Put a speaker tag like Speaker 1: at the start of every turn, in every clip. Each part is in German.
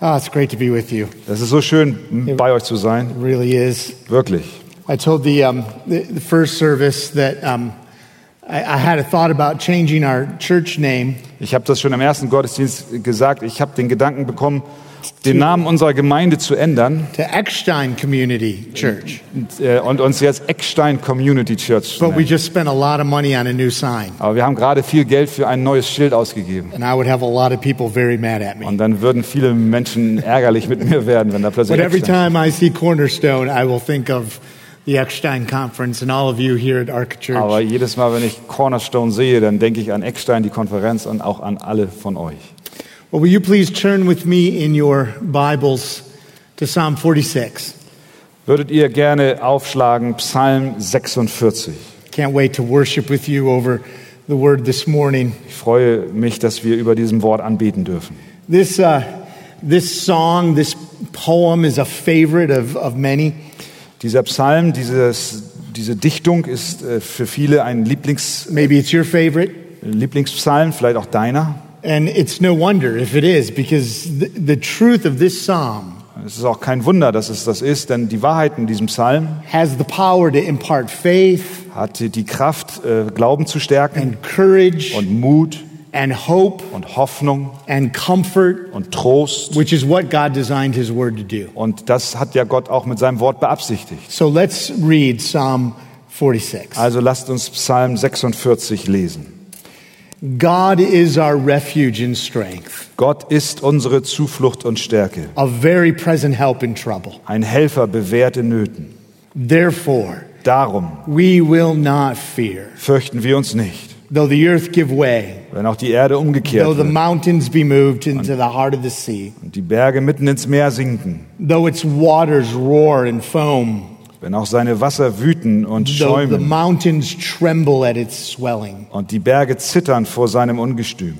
Speaker 1: Ah, it's great to be with you.
Speaker 2: Es ist so schön, bei euch zu sein.
Speaker 1: It really is.
Speaker 2: Wirklich.
Speaker 1: I told the, um, the, the first service that um, I, I had a thought about changing our church name
Speaker 2: Ich habe das schon im ersten Gottesdienst gesagt. Ich habe den Gedanken bekommen, den Namen unserer Gemeinde zu ändern
Speaker 1: to Eckstein Community Church,
Speaker 2: und, äh, und uns jetzt Eckstein Community Church zu
Speaker 1: but we
Speaker 2: nennen.
Speaker 1: just spent a lot of money on a new sign,
Speaker 2: Aber wir haben gerade viel Geld für ein neues Schild ausgegeben.
Speaker 1: and I would have a lot of people very mad at me.
Speaker 2: Und dann würden viele Menschen ärgerlich mit mir werden, wenn da plötzlich
Speaker 1: But every
Speaker 2: Eckstein-
Speaker 1: time I see Cornerstone, I will think of the Eckstein Conference and all of you here at Arca
Speaker 2: Aber
Speaker 1: Church.
Speaker 2: jedes Mal, wenn ich Cornerstone sehe, dann denke ich an Eckstein, die Konferenz und auch an alle von euch.
Speaker 1: Well, will you please turn with me in your Bibles to Psalm 46?
Speaker 2: Würdet ihr gerne aufschlagen Psalm 46?
Speaker 1: Can't wait to worship with you over the word this morning.
Speaker 2: Ich freue mich, dass wir über diesem Wort anbeten dürfen.
Speaker 1: This, uh, this song, this poem is a favorite of, of many.
Speaker 2: Dieser Psalm, dieses, diese Dichtung ist äh, für viele ein Lieblings,
Speaker 1: Maybe it's your favorite.
Speaker 2: Lieblingspsalm, vielleicht auch deiner.
Speaker 1: And it's no wonder if it is, because the, the truth of this psalm
Speaker 2: Es ist auch kein Wunder, dass es das ist, denn die Wahrheit in diesem Psalm
Speaker 1: has the power to impart faith
Speaker 2: hat die Kraft, äh, Glauben zu stärken
Speaker 1: and courage
Speaker 2: und Mut
Speaker 1: and hope
Speaker 2: und Hoffnung
Speaker 1: and comfort,
Speaker 2: und Trost.
Speaker 1: which is what God designed his word to do.
Speaker 2: Und das hat ja Gott auch mit seinem Wort beabsichtigt.
Speaker 1: So let's read Psalm 46.
Speaker 2: Also lasst uns Psalm 46 lesen.
Speaker 1: God is our refuge and strength,
Speaker 2: Gott ist unsere Zuflucht und Stärke,
Speaker 1: a very present help in trouble.
Speaker 2: ein Helfer bewährt in Nöten.
Speaker 1: Therefore,
Speaker 2: Darum
Speaker 1: we will not fear.
Speaker 2: fürchten wir uns nicht,
Speaker 1: Though the earth give way,
Speaker 2: wenn auch die Erde umgekehrt
Speaker 1: though the
Speaker 2: wird
Speaker 1: mountains be moved into the heart of the sea,
Speaker 2: und die Berge mitten ins Meer sinken,
Speaker 1: though its waters roar and foam,
Speaker 2: wenn auch seine Wasser wüten und
Speaker 1: though the
Speaker 2: schäumen
Speaker 1: mountains tremble at its swelling.
Speaker 2: und die Berge zittern vor seinem Ungestüm.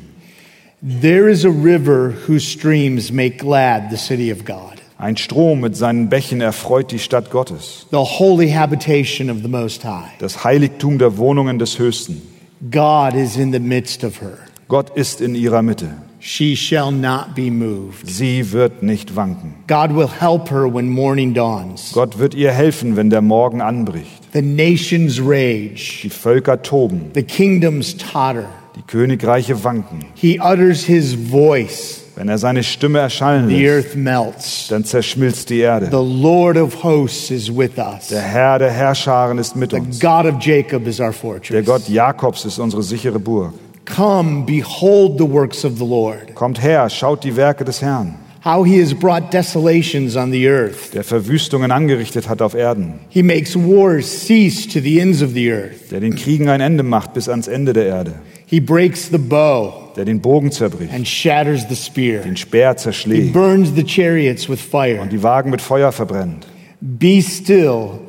Speaker 1: There is a river whose streams make glad the city of God,
Speaker 2: Ein Strom mit seinen Bächen erfreut die Stadt Gottes,
Speaker 1: the holy habitation of the Most High.
Speaker 2: das Heiligtum der Wohnungen des Höchsten.
Speaker 1: God is in the midst of her.
Speaker 2: Gott ist in ihrer Mitte.
Speaker 1: She shall not be moved.
Speaker 2: Sie wird nicht wanken.
Speaker 1: God will help her when morning dawns.
Speaker 2: Gott wird ihr helfen, wenn der Morgen anbricht.
Speaker 1: The nations rage,
Speaker 2: Die Völker toben,
Speaker 1: the kingdoms totter.
Speaker 2: die Königreiche wanken.
Speaker 1: He utters his voice.
Speaker 2: Wenn er seine Stimme erschallen
Speaker 1: The
Speaker 2: lässt,
Speaker 1: earth melts.
Speaker 2: dann zerschmilzt die Erde.
Speaker 1: The Lord of hosts is with us.
Speaker 2: Der Herr der Herrscharen ist mit
Speaker 1: The
Speaker 2: uns.
Speaker 1: God of Jacob is our
Speaker 2: Der
Speaker 1: fortress.
Speaker 2: Gott Jakobs ist unsere sichere Burg.
Speaker 1: Come, behold the works of the Lord,
Speaker 2: Kommt her, schaut die Werke des Herrn,
Speaker 1: how he has brought desolations on the earth.
Speaker 2: der Verwüstungen angerichtet hat auf Erden,
Speaker 1: He makes wars cease to the ends of the earth.
Speaker 2: der den Kriegen ein Ende macht bis ans Ende der Erde,
Speaker 1: He breaks the bow
Speaker 2: der den Bogen zerbricht,
Speaker 1: and shatters the
Speaker 2: den
Speaker 1: spear.
Speaker 2: Speer
Speaker 1: He
Speaker 2: zerschlägt
Speaker 1: burns the chariots with
Speaker 2: und
Speaker 1: fire.
Speaker 2: die Wagen mit Feuer verbrennt.
Speaker 1: Be still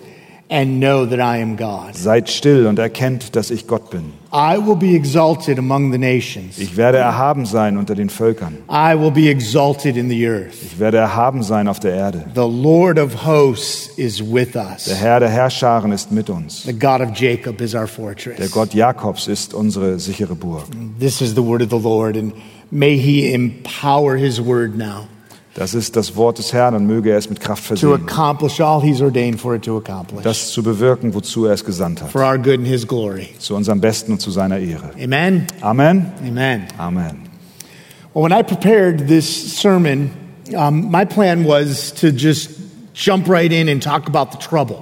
Speaker 1: and know that I am God.
Speaker 2: Seid still und erkennt, dass ich Gott bin.
Speaker 1: I will be exalted among the nations.
Speaker 2: Ich werde erhaben sein unter den Völkern.
Speaker 1: I will be exalted in the earth.
Speaker 2: Ich werde erhaben sein auf der Erde.
Speaker 1: The Lord of hosts is with
Speaker 2: Der
Speaker 1: us.
Speaker 2: Herr der Herrscharen ist mit uns.
Speaker 1: The God of Jacob is our
Speaker 2: Der
Speaker 1: fortress.
Speaker 2: Gott Jakobs ist unsere sichere Burg.
Speaker 1: This is the word of the Lord, and may he empower his word now
Speaker 2: Das ist das Wort des Herrn und möge er es mit Kraft
Speaker 1: to
Speaker 2: versehen.
Speaker 1: accomplish all he's ordained for it to accomplish,
Speaker 2: das zu bewirken, wozu er es gesandt
Speaker 1: for
Speaker 2: hat.
Speaker 1: our good and his glory.
Speaker 2: Zu unserem Besten und zu seiner Ehre.
Speaker 1: Amen.
Speaker 2: Amen.
Speaker 1: Amen.
Speaker 2: Amen.
Speaker 1: Well, when I prepared this sermon, um, my plan was to just jump right in and talk about the trouble.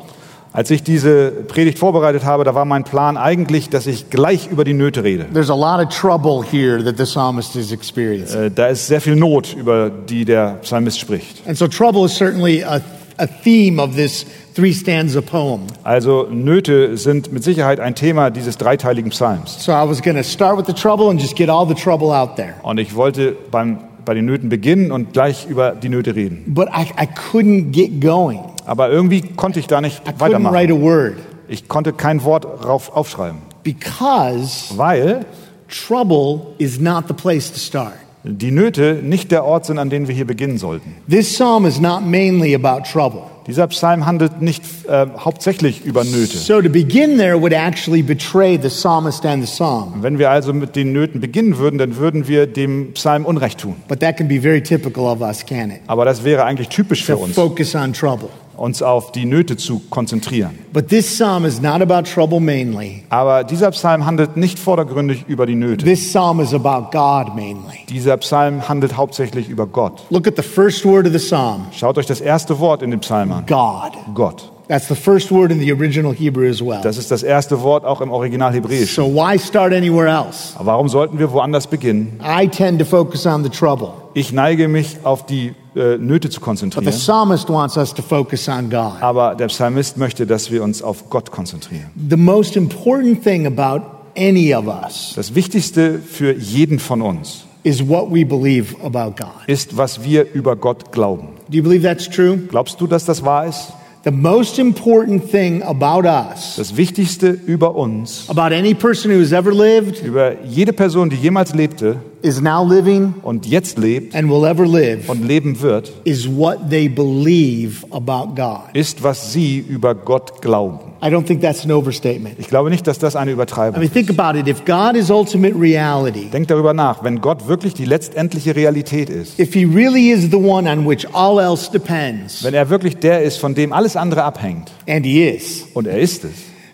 Speaker 2: Als ich diese Predigt vorbereitet habe, da war mein Plan eigentlich, dass ich gleich über die Nöte rede.
Speaker 1: There's a lot of trouble here that the psalmist is experiencing.
Speaker 2: Äh, Da ist sehr viel Not, über die der Psalmist spricht.
Speaker 1: And so, trouble is certainly a, a theme of this three stanza poem.
Speaker 2: Also Nöte sind mit Sicherheit ein Thema dieses dreiteiligen Psalms.
Speaker 1: So I was going to start with the trouble and just get all the trouble out there.
Speaker 2: Und ich wollte beim, bei den Nöten beginnen und gleich über die Nöte reden.
Speaker 1: But I, I couldn't get going.
Speaker 2: Aber irgendwie konnte ich da nicht
Speaker 1: I couldn't write a
Speaker 2: weitermachen.
Speaker 1: word
Speaker 2: Ich konnte kein Wort rauf, aufschreiben,
Speaker 1: because
Speaker 2: weil
Speaker 1: trouble is not the place to start.
Speaker 2: die Nöte nicht der Ort sind, an dem wir hier beginnen sollten.
Speaker 1: This psalm is not mainly about trouble.
Speaker 2: Dieser Psalm handelt nicht äh, hauptsächlich über Nöte.
Speaker 1: So to begin there would actually betray the psalmist and the psalm.
Speaker 2: Wenn wir also mit den Nöten beginnen würden, dann würden wir dem Psalm Unrecht tun.
Speaker 1: But that can be very typical of us, can it?
Speaker 2: Aber das wäre eigentlich typisch für
Speaker 1: To
Speaker 2: uns,
Speaker 1: focus on trouble.
Speaker 2: uns auf die Nöte zu konzentrieren.
Speaker 1: But this psalm is not about trouble mainly.
Speaker 2: Aber dieser Psalm handelt nicht vordergründig über die Nöte.
Speaker 1: This psalm is about God mainly.
Speaker 2: Dieser Psalm handelt hauptsächlich über Gott.
Speaker 1: Look at the first word of the psalm
Speaker 2: Schaut euch das erste Wort in dem Psalm an.
Speaker 1: God.
Speaker 2: Gott.
Speaker 1: That's the first word in the original Hebrew as well.
Speaker 2: Das ist das erste Wort auch im Original Hebräisch.
Speaker 1: So why start anywhere else?
Speaker 2: Warum sollten wir woanders beginnen?
Speaker 1: I tend to focus on the trouble,
Speaker 2: Ich neige mich auf die äh, Nöte
Speaker 1: but the
Speaker 2: zu konzentrieren.
Speaker 1: psalmist wants us to focus on God.
Speaker 2: Aber der Psalmist möchte, dass wir uns auf Gott konzentrieren.
Speaker 1: The most important thing about any of us
Speaker 2: Das Wichtigste für jeden von uns
Speaker 1: is what we believe about God.
Speaker 2: ist, was wir über Gott glauben.
Speaker 1: Do you believe that's true?
Speaker 2: Glaubst du, dass das wahr ist?
Speaker 1: The most important thing about us,
Speaker 2: Das Wichtigste über uns,
Speaker 1: about any person who has ever lived,
Speaker 2: über jede Person, die jemals lebte
Speaker 1: is now living,
Speaker 2: und jetzt lebt
Speaker 1: and will ever live,
Speaker 2: und leben wird,
Speaker 1: is what they believe about God.
Speaker 2: ist, was sie über Gott glauben.
Speaker 1: I don't think that's an overstatement.
Speaker 2: Ich glaube nicht, dass das eine
Speaker 1: I
Speaker 2: Übertreibung
Speaker 1: mean,
Speaker 2: ist.
Speaker 1: think about it. If God is ultimate reality,
Speaker 2: Denk darüber nach, wenn Gott wirklich die letztendliche Realität ist,
Speaker 1: if He really is the one on which all else depends,
Speaker 2: wenn er wirklich der ist, von dem alles andere abhängt,
Speaker 1: and He is,
Speaker 2: und er ist es,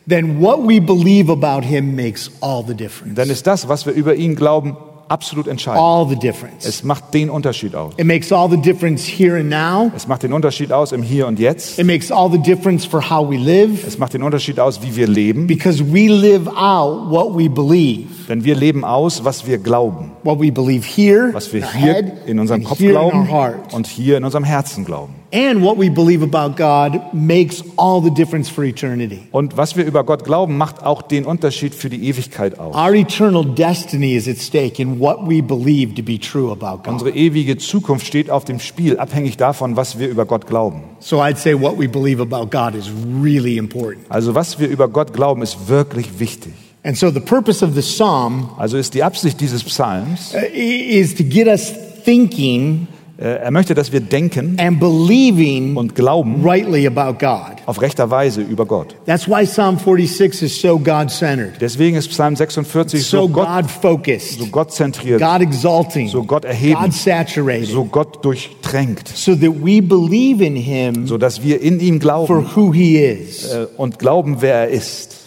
Speaker 1: then what we believe about Him makes all the difference.
Speaker 2: dann ist das, was wir über ihn glauben, absolut entscheidend.
Speaker 1: all the difference.
Speaker 2: Es macht den Unterschied aus.
Speaker 1: It makes all the difference here and now.
Speaker 2: Es macht den Unterschied aus im Hier und Jetzt.
Speaker 1: It makes all the difference for how we live
Speaker 2: Es macht den Unterschied aus, wie wir leben.
Speaker 1: because we live out what we believe.
Speaker 2: Denn wir leben aus, was wir glauben.
Speaker 1: What we believe here,
Speaker 2: Was
Speaker 1: in
Speaker 2: wir
Speaker 1: our
Speaker 2: hier
Speaker 1: head,
Speaker 2: in unserem
Speaker 1: and
Speaker 2: Kopf
Speaker 1: here in our
Speaker 2: glauben
Speaker 1: heart.
Speaker 2: und hier in unserem Herzen glauben.
Speaker 1: And what we believe about God makes all the difference for eternity.
Speaker 2: Und was wir über Gott glauben, macht auch den Unterschied für die Ewigkeit aus.
Speaker 1: Our eternal destiny is at stake in what we believe to be true about God.
Speaker 2: Unsere ewige Zukunft steht auf dem Spiel, abhängig davon, was wir über Gott glauben.
Speaker 1: So I'd say what we believe about God is really important.
Speaker 2: Also was wir über Gott glauben, ist wirklich wichtig.
Speaker 1: And so the purpose of the psalm
Speaker 2: Also ist die Absicht dieses Psalms,
Speaker 1: uh, i- is to get us thinking
Speaker 2: äh, er möchte, dass wir denken
Speaker 1: and believing
Speaker 2: und glauben
Speaker 1: rightly about God.
Speaker 2: auf rechter Weise über Gott.
Speaker 1: That's why Psalm 46 is so God centered,
Speaker 2: Deswegen ist Psalm 46
Speaker 1: so
Speaker 2: so Gott
Speaker 1: God focused,
Speaker 2: so gottzentriert,
Speaker 1: God exalting,
Speaker 2: so Gott
Speaker 1: God
Speaker 2: erhebend,
Speaker 1: saturated,
Speaker 2: so Gott durchtränkt,
Speaker 1: so that we believe in Him
Speaker 2: so dass wir in ihm
Speaker 1: for
Speaker 2: glauben
Speaker 1: who He is.
Speaker 2: äh, und glauben, wer er ist.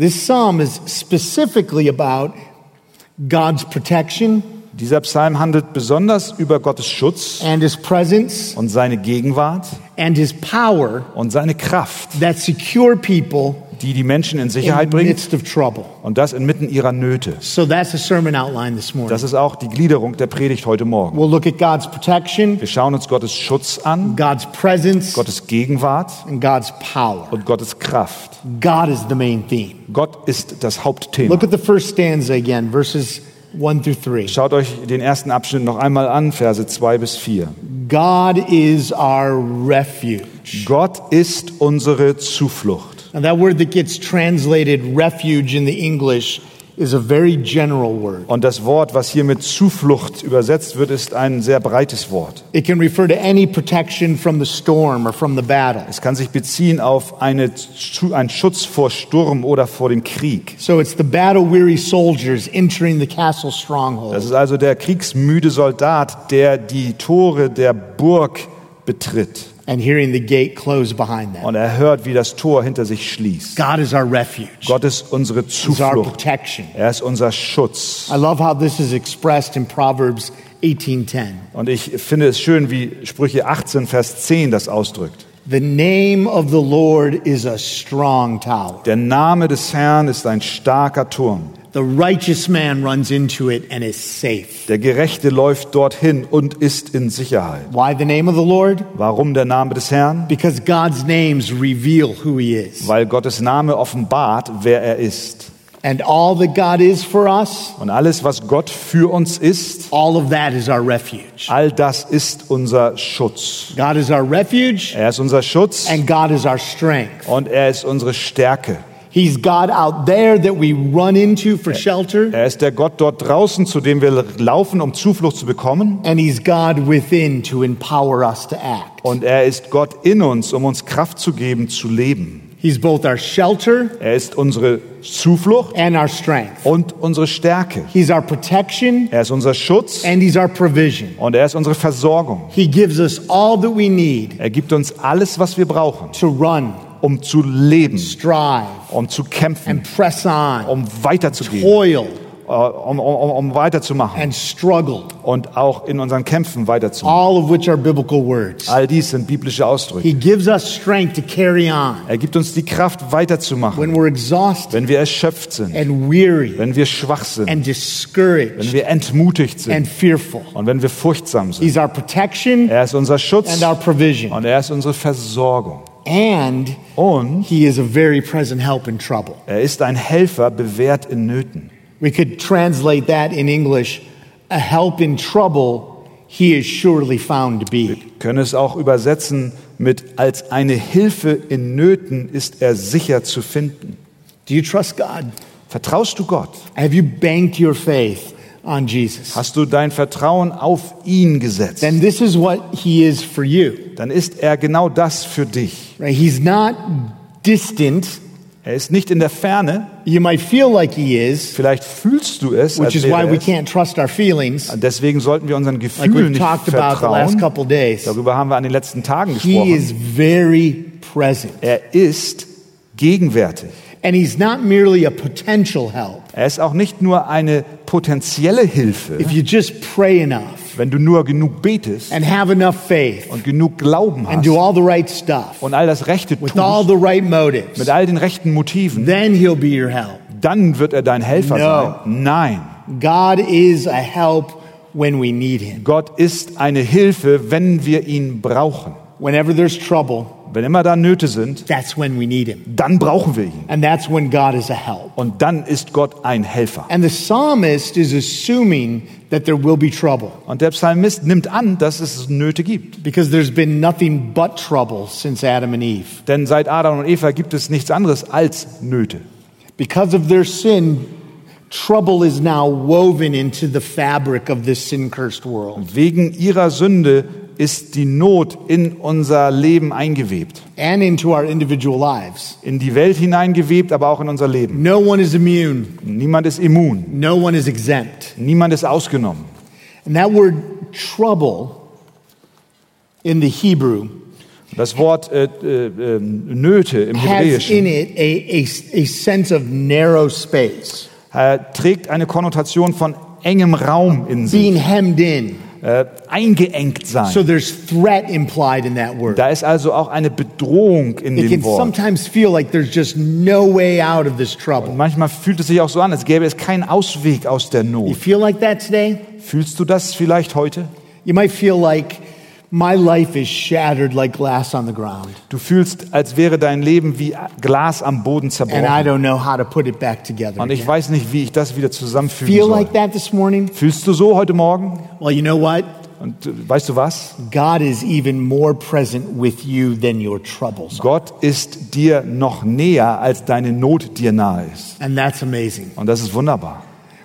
Speaker 1: This psalm is specifically about God's protection
Speaker 2: Dieser Psalm handelt besonders über Gottes Schutz
Speaker 1: and His presence
Speaker 2: und seine Gegenwart
Speaker 1: and His power
Speaker 2: und seine Kraft,
Speaker 1: that secure people
Speaker 2: die die Menschen in
Speaker 1: in the
Speaker 2: Sicherheit bringt
Speaker 1: midst of trouble.
Speaker 2: und das inmitten ihrer Nöte.
Speaker 1: So that's the sermon outline this morning.
Speaker 2: Das ist auch die Gliederung der Predigt heute Morgen.
Speaker 1: We'll look at God's protection,
Speaker 2: Wir schauen uns Gottes Schutz an,
Speaker 1: God's presence,
Speaker 2: Gottes Gegenwart
Speaker 1: and God's power.
Speaker 2: und Gottes Kraft.
Speaker 1: God is the main theme.
Speaker 2: Gott ist das Hauptthema.
Speaker 1: Look at the first stanza again, verses 1 through 3.
Speaker 2: Schaut euch den ersten Abschnitt noch einmal an, Verse 2 bis 4.
Speaker 1: God is our refuge.
Speaker 2: Gott ist unsere Zuflucht.
Speaker 1: Now, that word that gets translated refuge in the English is a very general word.
Speaker 2: Und das Wort, was hier mit Zuflucht übersetzt wird, ist ein sehr breites Wort.
Speaker 1: It can refer to any protection from the storm or from the battle.
Speaker 2: Es kann sich beziehen auf eine, Zu- einen Schutz vor Sturm oder vor dem Krieg.
Speaker 1: So it's the battle weary soldiers entering the castle
Speaker 2: Das
Speaker 1: stronghold.
Speaker 2: ist also der kriegsmüde Soldat, der die Tore der Burg betritt.
Speaker 1: and hearing the gate close behind them.
Speaker 2: Und er hört, wie das Tor hinter sich schließt.
Speaker 1: God is our refuge.
Speaker 2: Gott ist unsere
Speaker 1: is our
Speaker 2: Zuflucht.
Speaker 1: protection.
Speaker 2: Er ist unser Schutz.
Speaker 1: I love how this is expressed in Proverbs 18:10.
Speaker 2: Und ich finde es schön, wie Sprüche 18, Vers 10 das ausdrückt.
Speaker 1: The name of the Lord is a strong tower.
Speaker 2: Der Name des Herrn ist ein starker Turm.
Speaker 1: The righteous man runs into it and is safe.
Speaker 2: Der Gerechte läuft dorthin und ist in Sicherheit.
Speaker 1: Why the name of the Lord?
Speaker 2: Warum der Name des Herrn?
Speaker 1: Because God's names reveal who he is.
Speaker 2: Weil Gottes Name offenbart, wer er ist.
Speaker 1: And all that God is for us,
Speaker 2: Und alles, was Gott für uns ist,
Speaker 1: all of that is our refuge.
Speaker 2: all das ist unser Schutz.
Speaker 1: God is our refuge
Speaker 2: Er ist unser Schutz
Speaker 1: and God is our strength.
Speaker 2: und er ist unsere Stärke.
Speaker 1: He's God out there that we run into for shelter,
Speaker 2: Er ist der Gott dort draußen, zu dem wir laufen, um Zuflucht zu bekommen.
Speaker 1: and He's God within to empower us to act.
Speaker 2: Und er ist Gott in uns, um uns Kraft zu geben, zu leben.
Speaker 1: He's both our shelter
Speaker 2: Er ist unsere Zuflucht
Speaker 1: and our strength.
Speaker 2: und unsere Stärke.
Speaker 1: He's our protection
Speaker 2: Er ist unser Schutz
Speaker 1: and He's our provision.
Speaker 2: und er ist unsere Versorgung.
Speaker 1: He gives us all that we need
Speaker 2: Er gibt uns alles, was wir brauchen,
Speaker 1: to run,
Speaker 2: um zu leben,
Speaker 1: strive,
Speaker 2: um zu kämpfen,
Speaker 1: and press on,
Speaker 2: um weiterzugehen,
Speaker 1: toil,
Speaker 2: äh, um, um, um, um weiterzumachen
Speaker 1: and struggle,
Speaker 2: und auch in unseren Kämpfen weiterzumachen.
Speaker 1: all of which are biblical words.
Speaker 2: All dies sind biblische Ausdrücke.
Speaker 1: He gives us strength to carry on
Speaker 2: Er gibt uns die Kraft, weiterzumachen,
Speaker 1: when we're exhausted
Speaker 2: wenn wir erschöpft sind,
Speaker 1: and weary
Speaker 2: wenn wir schwach sind,
Speaker 1: and discouraged
Speaker 2: wenn wir entmutigt sind
Speaker 1: and fearful.
Speaker 2: und wenn wir furchtsam sind.
Speaker 1: He's our protection
Speaker 2: Er ist unser Schutz
Speaker 1: and our provision.
Speaker 2: und er ist unsere Versorgung.
Speaker 1: And
Speaker 2: Und
Speaker 1: he is a very present help in trouble.
Speaker 2: er ist ein Helfer, bewährt in Nöten.
Speaker 1: We could translate that in English a help in trouble, he is surely found to be.
Speaker 2: können es auch übersetzen mit als eine Hilfe in Nöten ist er sicher zu finden.
Speaker 1: Do you trust God?
Speaker 2: Vertraust du Gott?
Speaker 1: Have you banked your faith on Jesus?
Speaker 2: Hast du dein Vertrauen auf ihn gesetzt?
Speaker 1: Then this is what he is for you.
Speaker 2: Dann ist er genau das für dich.
Speaker 1: Right? He's not distant.
Speaker 2: Er ist nicht in der Ferne.
Speaker 1: You might feel like he is,
Speaker 2: Vielleicht fühlst du es.
Speaker 1: which
Speaker 2: Als
Speaker 1: is
Speaker 2: wäre
Speaker 1: why we
Speaker 2: es.
Speaker 1: can't trust our feelings,
Speaker 2: Deswegen sollten wir unseren
Speaker 1: like
Speaker 2: Gefühlen
Speaker 1: we've
Speaker 2: nicht
Speaker 1: talked about the last
Speaker 2: vertrauen.
Speaker 1: couple days.
Speaker 2: Darüber haben wir an den letzten Tagen
Speaker 1: He is
Speaker 2: gesprochen.
Speaker 1: very present.
Speaker 2: Er ist gegenwärtig.
Speaker 1: And he's not merely a potential help.
Speaker 2: Er ist auch nicht nur eine potenzielle Hilfe,
Speaker 1: If you just pray enough
Speaker 2: wenn du nur genug betest
Speaker 1: and have enough faith
Speaker 2: und genug Glauben
Speaker 1: and
Speaker 2: hast.
Speaker 1: do all the right stuff
Speaker 2: und all das Rechte
Speaker 1: with all
Speaker 2: tust,
Speaker 1: the right motives,
Speaker 2: mit all den rechten Motiven,
Speaker 1: then he'll be your help.
Speaker 2: dann wird er dein Helfer
Speaker 1: No.
Speaker 2: sein. Nein,
Speaker 1: God is a help when we need him.
Speaker 2: Gott ist eine Hilfe, wenn wir ihn brauchen.
Speaker 1: Whenever there's trouble,
Speaker 2: Wenn immer da Nöte sind,
Speaker 1: that's when we need him.
Speaker 2: dann brauchen wir ihn.
Speaker 1: And that's when God is a help.
Speaker 2: Und dann ist Gott ein Helfer.
Speaker 1: And the psalmist is assuming that there will be trouble
Speaker 2: Und der Psalmist nimmt an, dass es Nöte gibt.
Speaker 1: because there's been nothing but trouble since Adam and Eve.
Speaker 2: Denn seit Adam und Eva gibt es nichts anderes als Nöte.
Speaker 1: Because of their sin, trouble is now woven into the fabric of this sin cursed world.
Speaker 2: Wegen ihrer Sünde ist die Not in unser Leben eingewebt.
Speaker 1: and into our individual lives.
Speaker 2: In die Welt hineingewebt, aber auch in unser Leben.
Speaker 1: No one is immune,
Speaker 2: Niemand ist immun.
Speaker 1: no one is exempt.
Speaker 2: Niemand ist ausgenommen.
Speaker 1: And that word trouble in the Hebrew
Speaker 2: Das Wort äh, äh, äh, Nöte im
Speaker 1: has in
Speaker 2: Hebräischen
Speaker 1: it a, a, a sense of narrow space,
Speaker 2: äh, trägt eine Konnotation von engem Raum in sich,
Speaker 1: being hemmed in.
Speaker 2: äh, eingeengt
Speaker 1: So
Speaker 2: sein.
Speaker 1: there's threat implied in that word.
Speaker 2: Da ist also auch eine Bedrohung in
Speaker 1: It
Speaker 2: dem
Speaker 1: can
Speaker 2: Wort.
Speaker 1: sometimes feel like there's just no way out of this trouble.
Speaker 2: Manchmal fühlt es sich auch so an, als gäbe es keinen Ausweg aus der
Speaker 1: You
Speaker 2: Not.
Speaker 1: feel like that today?
Speaker 2: Fühlst du das vielleicht heute?
Speaker 1: You might feel like my life is shattered like glass on the ground,
Speaker 2: Du fühlst, als wäre dein Leben wie Glas am Boden
Speaker 1: and I
Speaker 2: zerbrochen.
Speaker 1: don't know how to put it back together.
Speaker 2: Und ich
Speaker 1: again.
Speaker 2: weiß nicht, wie ich das wieder zusammenfügen
Speaker 1: Feel
Speaker 2: soll.
Speaker 1: like that this morning?
Speaker 2: Fühlst du so heute Morgen?
Speaker 1: Well, you know what?
Speaker 2: Und äh, weißt du was?
Speaker 1: God is even more present with you than your troubles, are.
Speaker 2: Gott ist dir noch näher, als deine Not dir nahe ist.
Speaker 1: and that's amazing.
Speaker 2: Und das ist wunderbar.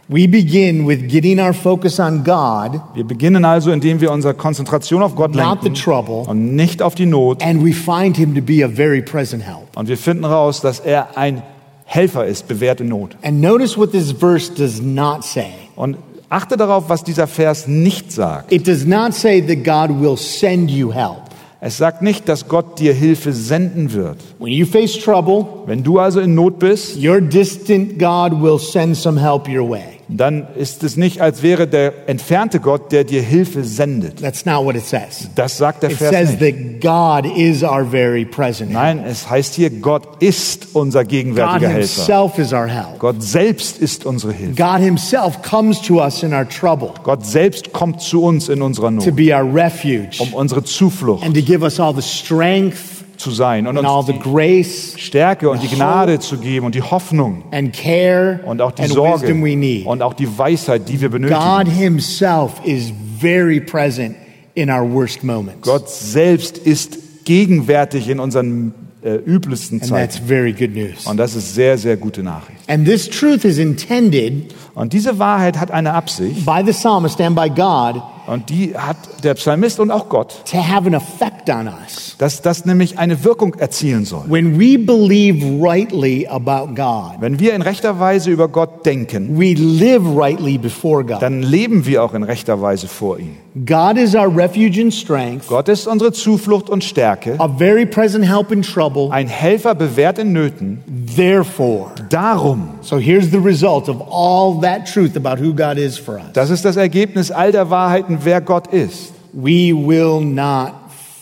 Speaker 1: We begin with getting our focus on God,
Speaker 2: Wir beginnen also, indem wir unsere Konzentration auf Gott
Speaker 1: not the
Speaker 2: lenken
Speaker 1: trouble,
Speaker 2: und nicht auf die Not.
Speaker 1: and we find Him to be a very present help.
Speaker 2: Und wir finden raus, dass er ein Helfer ist, bewährte Not.
Speaker 1: And notice what this verse does not say.
Speaker 2: Und achte darauf, was dieser Vers nicht sagt.
Speaker 1: It does not say that God will send you help.
Speaker 2: Es sagt nicht, dass Gott dir Hilfe senden wird.
Speaker 1: When you face trouble,
Speaker 2: Wenn du also in Not bist,
Speaker 1: Your distant God will send some help your way.
Speaker 2: dann ist es nicht, als wäre der entfernte Gott, der dir Hilfe sendet.
Speaker 1: That's not what it says.
Speaker 2: Das sagt der
Speaker 1: It
Speaker 2: Vers
Speaker 1: says
Speaker 2: nicht.
Speaker 1: that God is our very present. help.
Speaker 2: Nein, es heißt hier, Gott ist unser
Speaker 1: God
Speaker 2: gegenwärtiger Helfer.
Speaker 1: Himself is our help.
Speaker 2: Gott selbst ist unsere Hilfe.
Speaker 1: God Himself comes to us in our trouble
Speaker 2: Gott selbst kommt zu uns in unserer Not.
Speaker 1: to be our refuge
Speaker 2: um unsere Zuflucht
Speaker 1: and to give us all the strength
Speaker 2: zu sein und
Speaker 1: and all
Speaker 2: uns
Speaker 1: the
Speaker 2: die
Speaker 1: grace
Speaker 2: Stärke und die Gnade zu geben und die Hoffnung
Speaker 1: and care
Speaker 2: und auch die
Speaker 1: and
Speaker 2: Sorge
Speaker 1: wisdom we need.
Speaker 2: und auch die Weisheit, die wir
Speaker 1: God
Speaker 2: benötigen.
Speaker 1: Himself is very present in our worst moments.
Speaker 2: Gott selbst ist gegenwärtig in unseren äh, übelsten
Speaker 1: And that's
Speaker 2: Zeiten.
Speaker 1: very good news.
Speaker 2: Und das ist sehr, sehr gute Nachricht.
Speaker 1: And this truth is intended
Speaker 2: Und diese Wahrheit hat eine Absicht
Speaker 1: by the psalmist and by God
Speaker 2: und die hat der Psalmist und auch Gott,
Speaker 1: to have an effect on us.
Speaker 2: dass das nämlich eine Wirkung erzielen soll.
Speaker 1: When we believe rightly about God,
Speaker 2: Wenn wir in rechter Weise über Gott denken,
Speaker 1: we live rightly before God.
Speaker 2: dann leben wir auch in rechter Weise vor ihm.
Speaker 1: God is our refuge and strength,
Speaker 2: Gott ist unsere Zuflucht und Stärke,
Speaker 1: a very present help in trouble.
Speaker 2: ein Helfer bewährt in Nöten.
Speaker 1: Therefore,
Speaker 2: Darum,
Speaker 1: so here's the result of all that truth about who God is for us.
Speaker 2: das ist das Ergebnis all der Wahrheiten, wer Gott ist,
Speaker 1: We will not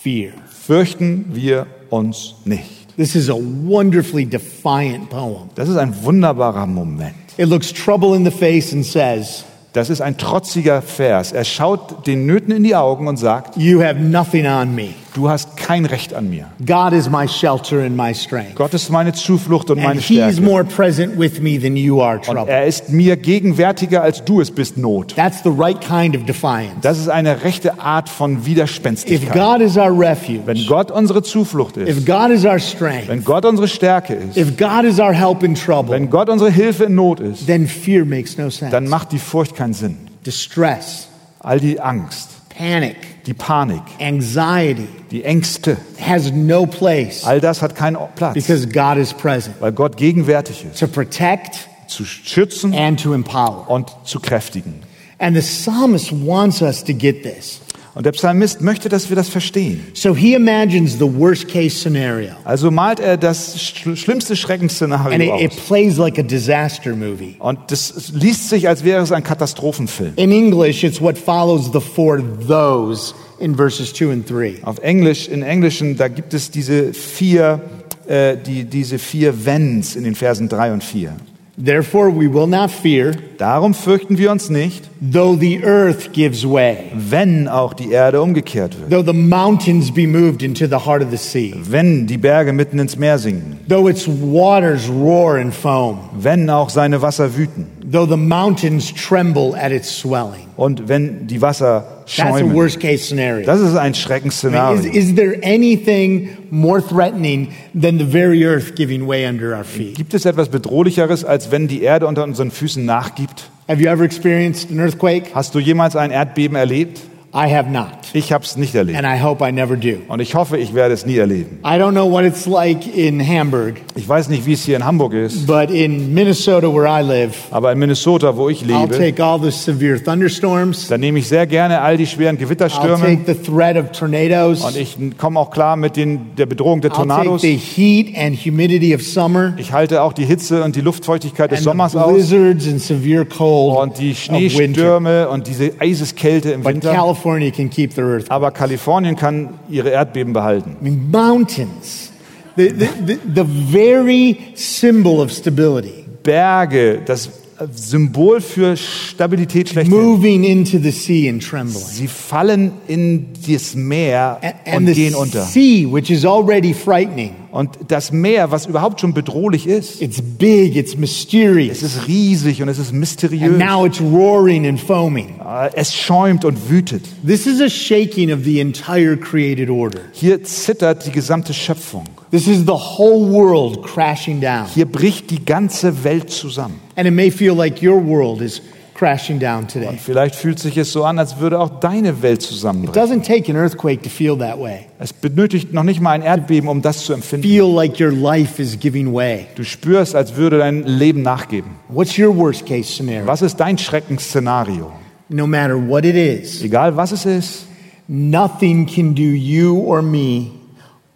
Speaker 1: fear.
Speaker 2: fürchten wir uns nicht.
Speaker 1: This is a wonderfully defiant poem.
Speaker 2: Das ist ein wunderbarer Moment.
Speaker 1: It looks trouble in the face and says,
Speaker 2: Das ist ein trotziger Vers. Er schaut den Nöten in die Augen und sagt,
Speaker 1: You have nothing on me.
Speaker 2: du hast kein Recht an mir.
Speaker 1: God is my shelter and my strength.
Speaker 2: Gott ist meine Zuflucht und
Speaker 1: And
Speaker 2: meine
Speaker 1: he's
Speaker 2: Stärke.
Speaker 1: more present with me than you are,
Speaker 2: Und
Speaker 1: trouble.
Speaker 2: er ist mir gegenwärtiger, als du es bist, Not.
Speaker 1: That's the right kind of defiance.
Speaker 2: Das ist eine rechte Art von
Speaker 1: If
Speaker 2: Widerspenstigkeit.
Speaker 1: God is our
Speaker 2: Wenn
Speaker 1: refuge,
Speaker 2: Gott unsere Zuflucht ist,
Speaker 1: if God is our strength,
Speaker 2: Wenn Gott unsere Stärke ist,
Speaker 1: if God is our help in trouble,
Speaker 2: wenn Gott unsere Hilfe in Not ist,
Speaker 1: then fear makes no
Speaker 2: dann
Speaker 1: sense.
Speaker 2: macht die Furcht keinen Sinn.
Speaker 1: Distress,
Speaker 2: All die Angst,
Speaker 1: panic,
Speaker 2: die Panik,
Speaker 1: anxiety
Speaker 2: die Ängste,
Speaker 1: has no place
Speaker 2: all das hat keinen Platz,
Speaker 1: because God is present
Speaker 2: weil Gott gegenwärtig ist,
Speaker 1: to protect
Speaker 2: zu schützen
Speaker 1: and to empower.
Speaker 2: und zu kräftigen.
Speaker 1: And the psalmist wants us to get this.
Speaker 2: Und der Psalmist möchte, dass wir das verstehen.
Speaker 1: So he imagines the worst case scenario.
Speaker 2: Also malt er das sch- schlimmste
Speaker 1: And it,
Speaker 2: Schreckensszenario
Speaker 1: it
Speaker 2: aus.
Speaker 1: plays like a disaster movie.
Speaker 2: Und das liest sich, als wäre es ein Katastrophenfilm.
Speaker 1: In English, it's what follows the for those in verses 2 and 3.
Speaker 2: Auf Englisch, in Englischen, da gibt es diese vier, äh, die, diese vier Wenns in den Versen drei und vier.
Speaker 1: Therefore, we will not fear,
Speaker 2: Darum fürchten wir uns nicht,
Speaker 1: though the earth gives way,
Speaker 2: wenn auch die Erde umgekehrt wird,
Speaker 1: though the mountains be moved into the heart of the sea,
Speaker 2: wenn die Berge mitten ins Meer sinken,
Speaker 1: though its waters roar and foam,
Speaker 2: wenn auch seine Wasser wüten
Speaker 1: though the mountains tremble at its swelling.
Speaker 2: und wenn die Wasser
Speaker 1: That's a
Speaker 2: schäumen.
Speaker 1: worst case scenario.
Speaker 2: Das ist
Speaker 1: I
Speaker 2: ein
Speaker 1: mean, Is,
Speaker 2: Schreckensszenario.
Speaker 1: is there anything more threatening than the very earth giving way under our feet?
Speaker 2: Gibt es etwas Bedrohlicheres, als wenn die Erde unter unseren Füßen nachgibt?
Speaker 1: Have you ever experienced an earthquake?
Speaker 2: Hast du jemals ein Erdbeben erlebt?
Speaker 1: I have not,
Speaker 2: Ich habe es nicht erlebt.
Speaker 1: and I hope I never do.
Speaker 2: Und ich hoffe, ich werde es nie erleben.
Speaker 1: I don't know what it's like in Hamburg,
Speaker 2: Ich weiß nicht, wie es hier in Hamburg ist,
Speaker 1: but in Minnesota, where I live,
Speaker 2: aber in Minnesota, wo ich
Speaker 1: I'll
Speaker 2: lebe,
Speaker 1: take all the severe thunderstorms.
Speaker 2: da nehme ich sehr gerne all die schweren
Speaker 1: I'll
Speaker 2: Gewitterstürme
Speaker 1: take the threat of
Speaker 2: und
Speaker 1: tornadoes.
Speaker 2: ich komme auch klar mit den, der Bedrohung der
Speaker 1: I'll take
Speaker 2: Tornados.
Speaker 1: the heat and humidity of summer
Speaker 2: Ich halte auch die Hitze und die Luftfeuchtigkeit des
Speaker 1: and the
Speaker 2: Sommers aus
Speaker 1: blizzards and severe cold
Speaker 2: und die
Speaker 1: of winter.
Speaker 2: Schneestürme und diese Eiseskälte im
Speaker 1: But
Speaker 2: Winter.
Speaker 1: California can keep their earth
Speaker 2: Aber Kalifornien kann ihre Erdbeben behalten.
Speaker 1: I mean, mountains, the, the, the, the very symbol of stability,
Speaker 2: Berge, das Symbol für Stabilität schlechthin.
Speaker 1: moving into the sea and trembling.
Speaker 2: Sie fallen in das Meer
Speaker 1: And,
Speaker 2: und
Speaker 1: and the
Speaker 2: gehen unter.
Speaker 1: sea, which is already frightening,
Speaker 2: Und das Meer, was überhaupt schon bedrohlich ist,
Speaker 1: it's big, it's
Speaker 2: es
Speaker 1: mysterious,
Speaker 2: ist riesig und es ist mysteriös.
Speaker 1: and now it's roaring and foaming.
Speaker 2: Äh, Es schäumt und wütet.
Speaker 1: This is a shaking of the entire created order.
Speaker 2: Hier zittert die gesamte Schöpfung.
Speaker 1: This is the whole world crashing down.
Speaker 2: Hier bricht die ganze Welt zusammen.
Speaker 1: And it may feel like your world is crashing down today.
Speaker 2: Vielleicht fühlt sich es so an, als würde auch deine Welt
Speaker 1: It
Speaker 2: zusammenbrechen.
Speaker 1: doesn't take an earthquake to feel that way.
Speaker 2: Es benötigt noch nicht mal ein Erdbeben, um das zu empfinden.
Speaker 1: Feel like your life is giving way.
Speaker 2: Du spürst, als würde dein Leben nachgeben.
Speaker 1: What's your worst case scenario?
Speaker 2: Was ist dein Schreckensszenario?
Speaker 1: No matter what it is,
Speaker 2: Egal was es ist,
Speaker 1: nothing can do you or me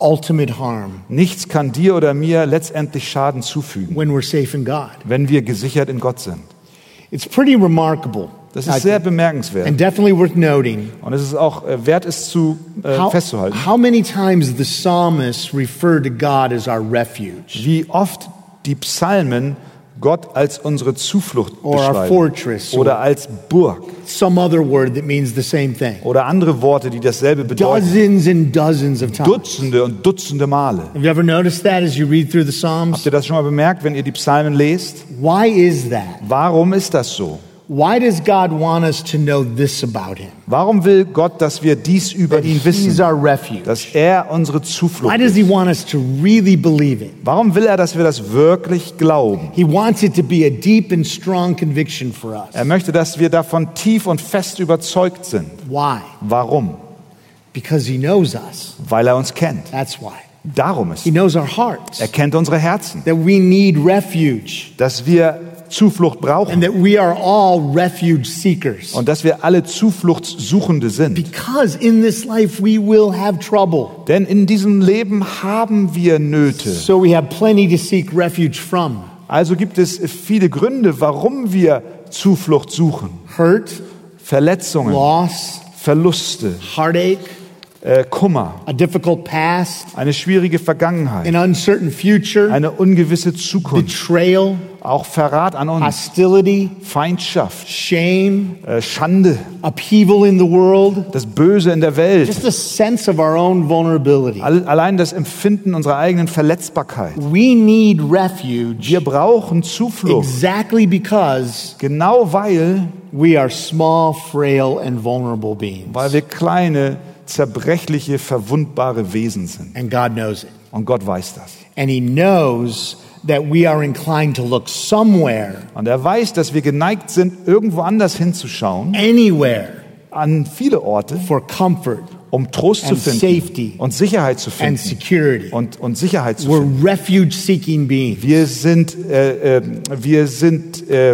Speaker 1: ultimate harm
Speaker 2: nichts kann dir oder mir letztendlich Schaden zufügen,
Speaker 1: when we're safe in God.
Speaker 2: wenn wir gesichert in Gott sind.
Speaker 1: It's pretty remarkable.
Speaker 2: Das
Speaker 1: I
Speaker 2: ist sehr
Speaker 1: think,
Speaker 2: bemerkenswert.
Speaker 1: and definitely worth noting
Speaker 2: Und es ist auch äh, wert, es zu äh,
Speaker 1: how,
Speaker 2: festzuhalten.
Speaker 1: how many times the psalmists refer to God as our refuge
Speaker 2: Wie oft die Psalmen Gott als unsere Zuflucht
Speaker 1: Or our
Speaker 2: beschreiben
Speaker 1: fortress.
Speaker 2: oder als Burg
Speaker 1: some other word that means the same thing.
Speaker 2: oder andere Worte, die dasselbe bedeuten.
Speaker 1: Dozens and dozens of times.
Speaker 2: Dutzende und Dutzende Male.
Speaker 1: Have you ever noticed that as you read through the
Speaker 2: Habt
Speaker 1: Psalms?
Speaker 2: ihr das schon mal bemerkt, wenn ihr die Psalmen lest?
Speaker 1: Why is that?
Speaker 2: Warum ist das so?
Speaker 1: Why does God want us to know this about him?
Speaker 2: Warum will Gott, dass wir dies über ihn
Speaker 1: He's
Speaker 2: wissen,
Speaker 1: our refuge.
Speaker 2: dass er unsere
Speaker 1: Why
Speaker 2: Zuflucht
Speaker 1: does
Speaker 2: ist?
Speaker 1: he want us to really believe it?
Speaker 2: Warum will er, dass wir das wirklich glauben?
Speaker 1: He wants it to be a deep and strong conviction for
Speaker 2: Er
Speaker 1: us.
Speaker 2: möchte, dass wir davon tief und fest überzeugt sind.
Speaker 1: Why?
Speaker 2: Warum?
Speaker 1: Because he knows us.
Speaker 2: Weil er uns kennt.
Speaker 1: That's why.
Speaker 2: Darum ist.
Speaker 1: He knows our hearts,
Speaker 2: Er kennt unsere Herzen,
Speaker 1: that we need refuge,
Speaker 2: dass wir Zuflucht
Speaker 1: and
Speaker 2: brauchen
Speaker 1: that we are all refuge seekers.
Speaker 2: und dass wir alle Zufluchtssuchende sind.
Speaker 1: Because in this life we will have trouble.
Speaker 2: Denn in diesem Leben haben wir Nöte.
Speaker 1: So we have plenty to seek refuge from
Speaker 2: Also gibt es viele Gründe, warum wir Zuflucht suchen.
Speaker 1: hurt,
Speaker 2: Verletzungen,
Speaker 1: loss,
Speaker 2: Verluste,
Speaker 1: heartache,
Speaker 2: äh, Kummer,
Speaker 1: a difficult past,
Speaker 2: eine schwierige Vergangenheit,
Speaker 1: an uncertain future,
Speaker 2: eine ungewisse Zukunft,
Speaker 1: betrayal,
Speaker 2: auch Verrat an uns,
Speaker 1: hostility,
Speaker 2: Feindschaft,
Speaker 1: shame,
Speaker 2: äh, Schande,
Speaker 1: upheaval in the world,
Speaker 2: das Böse in der Welt,
Speaker 1: just a sense of our own vulnerability.
Speaker 2: all- allein das Empfinden unserer eigenen Verletzbarkeit.
Speaker 1: We need refuge
Speaker 2: Wir brauchen Zuflucht,
Speaker 1: exactly because
Speaker 2: genau weil,
Speaker 1: we are small, frail, and vulnerable beings.
Speaker 2: weil wir kleine, zerbrechliche, verwundbare Wesen sind.
Speaker 1: And God knows it.
Speaker 2: Und Gott weiß das.
Speaker 1: And He knows that we are inclined to look somewhere,
Speaker 2: Und er weiß, dass wir geneigt sind, irgendwo anders hinzuschauen,
Speaker 1: anywhere,
Speaker 2: an viele Orte,
Speaker 1: for comfort
Speaker 2: um Trost zu
Speaker 1: And safety.
Speaker 2: finden und Sicherheit zu
Speaker 1: and
Speaker 2: finden
Speaker 1: security.
Speaker 2: und, und Sicherheit zu
Speaker 1: We're
Speaker 2: finden.
Speaker 1: refuge seeking beings.
Speaker 2: Wir sind, äh, äh, wir sind äh,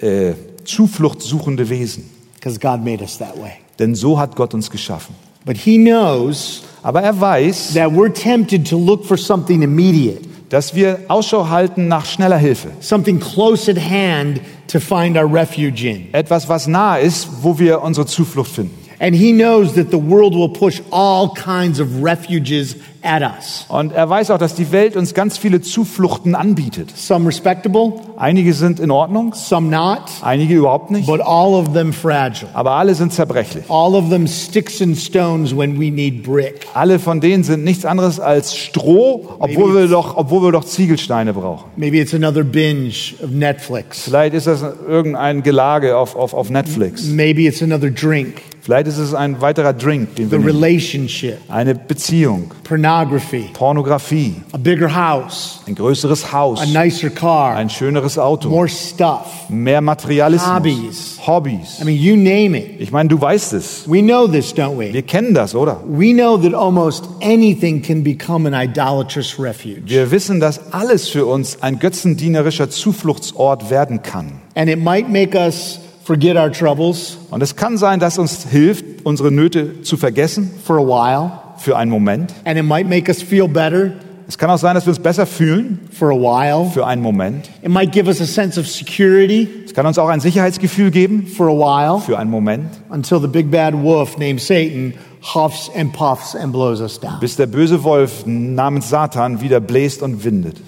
Speaker 2: äh, Zufluchtsuchende Wesen,
Speaker 1: because God made us that way.
Speaker 2: denn so hat Gott uns geschaffen.
Speaker 1: But He knows
Speaker 2: Aber er weiß,
Speaker 1: that we're tempted to look for something immediate,
Speaker 2: dass wir Ausschau halten nach schneller Hilfe.
Speaker 1: something close at hand to find our refuge in.
Speaker 2: Etwas, was nah ist, wo wir unsere Zuflucht finden.
Speaker 1: And He knows that the world will push all kinds of refuges at us.
Speaker 2: Und er weiß auch, dass die Welt uns ganz viele Zufluchten anbietet.
Speaker 1: Some respectable,
Speaker 2: Einige sind in Ordnung,
Speaker 1: some not,
Speaker 2: einige überhaupt nicht,
Speaker 1: but all of them fragile.
Speaker 2: aber alle sind zerbrechlich.
Speaker 1: All of them sticks and stones when we need brick.
Speaker 2: Alle von denen sind nichts anderes als Stroh, obwohl wir doch, obwohl wir doch Ziegelsteine brauchen.
Speaker 1: Maybe it's another binge of Netflix.
Speaker 2: Vielleicht ist das irgendein Gelage auf, auf, auf Netflix.
Speaker 1: Maybe it's another drink,
Speaker 2: Vielleicht ist es ein weiterer Drink, den
Speaker 1: the
Speaker 2: wir nehmen.
Speaker 1: relationship,
Speaker 2: Eine Beziehung,
Speaker 1: pornography,
Speaker 2: Pornografie,
Speaker 1: a bigger house,
Speaker 2: ein größeres
Speaker 1: a
Speaker 2: Haus,
Speaker 1: nicer car,
Speaker 2: ein schöneres Auto,
Speaker 1: more stuff.
Speaker 2: mehr Materialismus,
Speaker 1: Hobbys. I
Speaker 2: Hobbys.
Speaker 1: mean, you name it.
Speaker 2: Ich meine, du weißt es.
Speaker 1: We know this, don't we?
Speaker 2: Wir kennen das, oder?
Speaker 1: We know that almost anything can become an idolatrous refuge.
Speaker 2: Wir wissen, dass alles für uns ein götzendienerischer Zufluchtsort werden kann.
Speaker 1: And it might make us forget our troubles
Speaker 2: Und es kann sein, dass uns hilft, unsere Nöte zu vergessen
Speaker 1: for a while,
Speaker 2: für einen Moment.
Speaker 1: and it might make us feel better
Speaker 2: Es kann auch sein, dass wir uns besser fühlen
Speaker 1: for a while.
Speaker 2: für einen Moment.
Speaker 1: It might give us a sense of security
Speaker 2: Es kann uns auch ein Sicherheitsgefühl geben
Speaker 1: for a while
Speaker 2: für einen Moment,
Speaker 1: until the big bad wolf named Satan huffs and puffs and blows us down.
Speaker 2: bis der böse Wolf namens Satan wieder bläst und windet.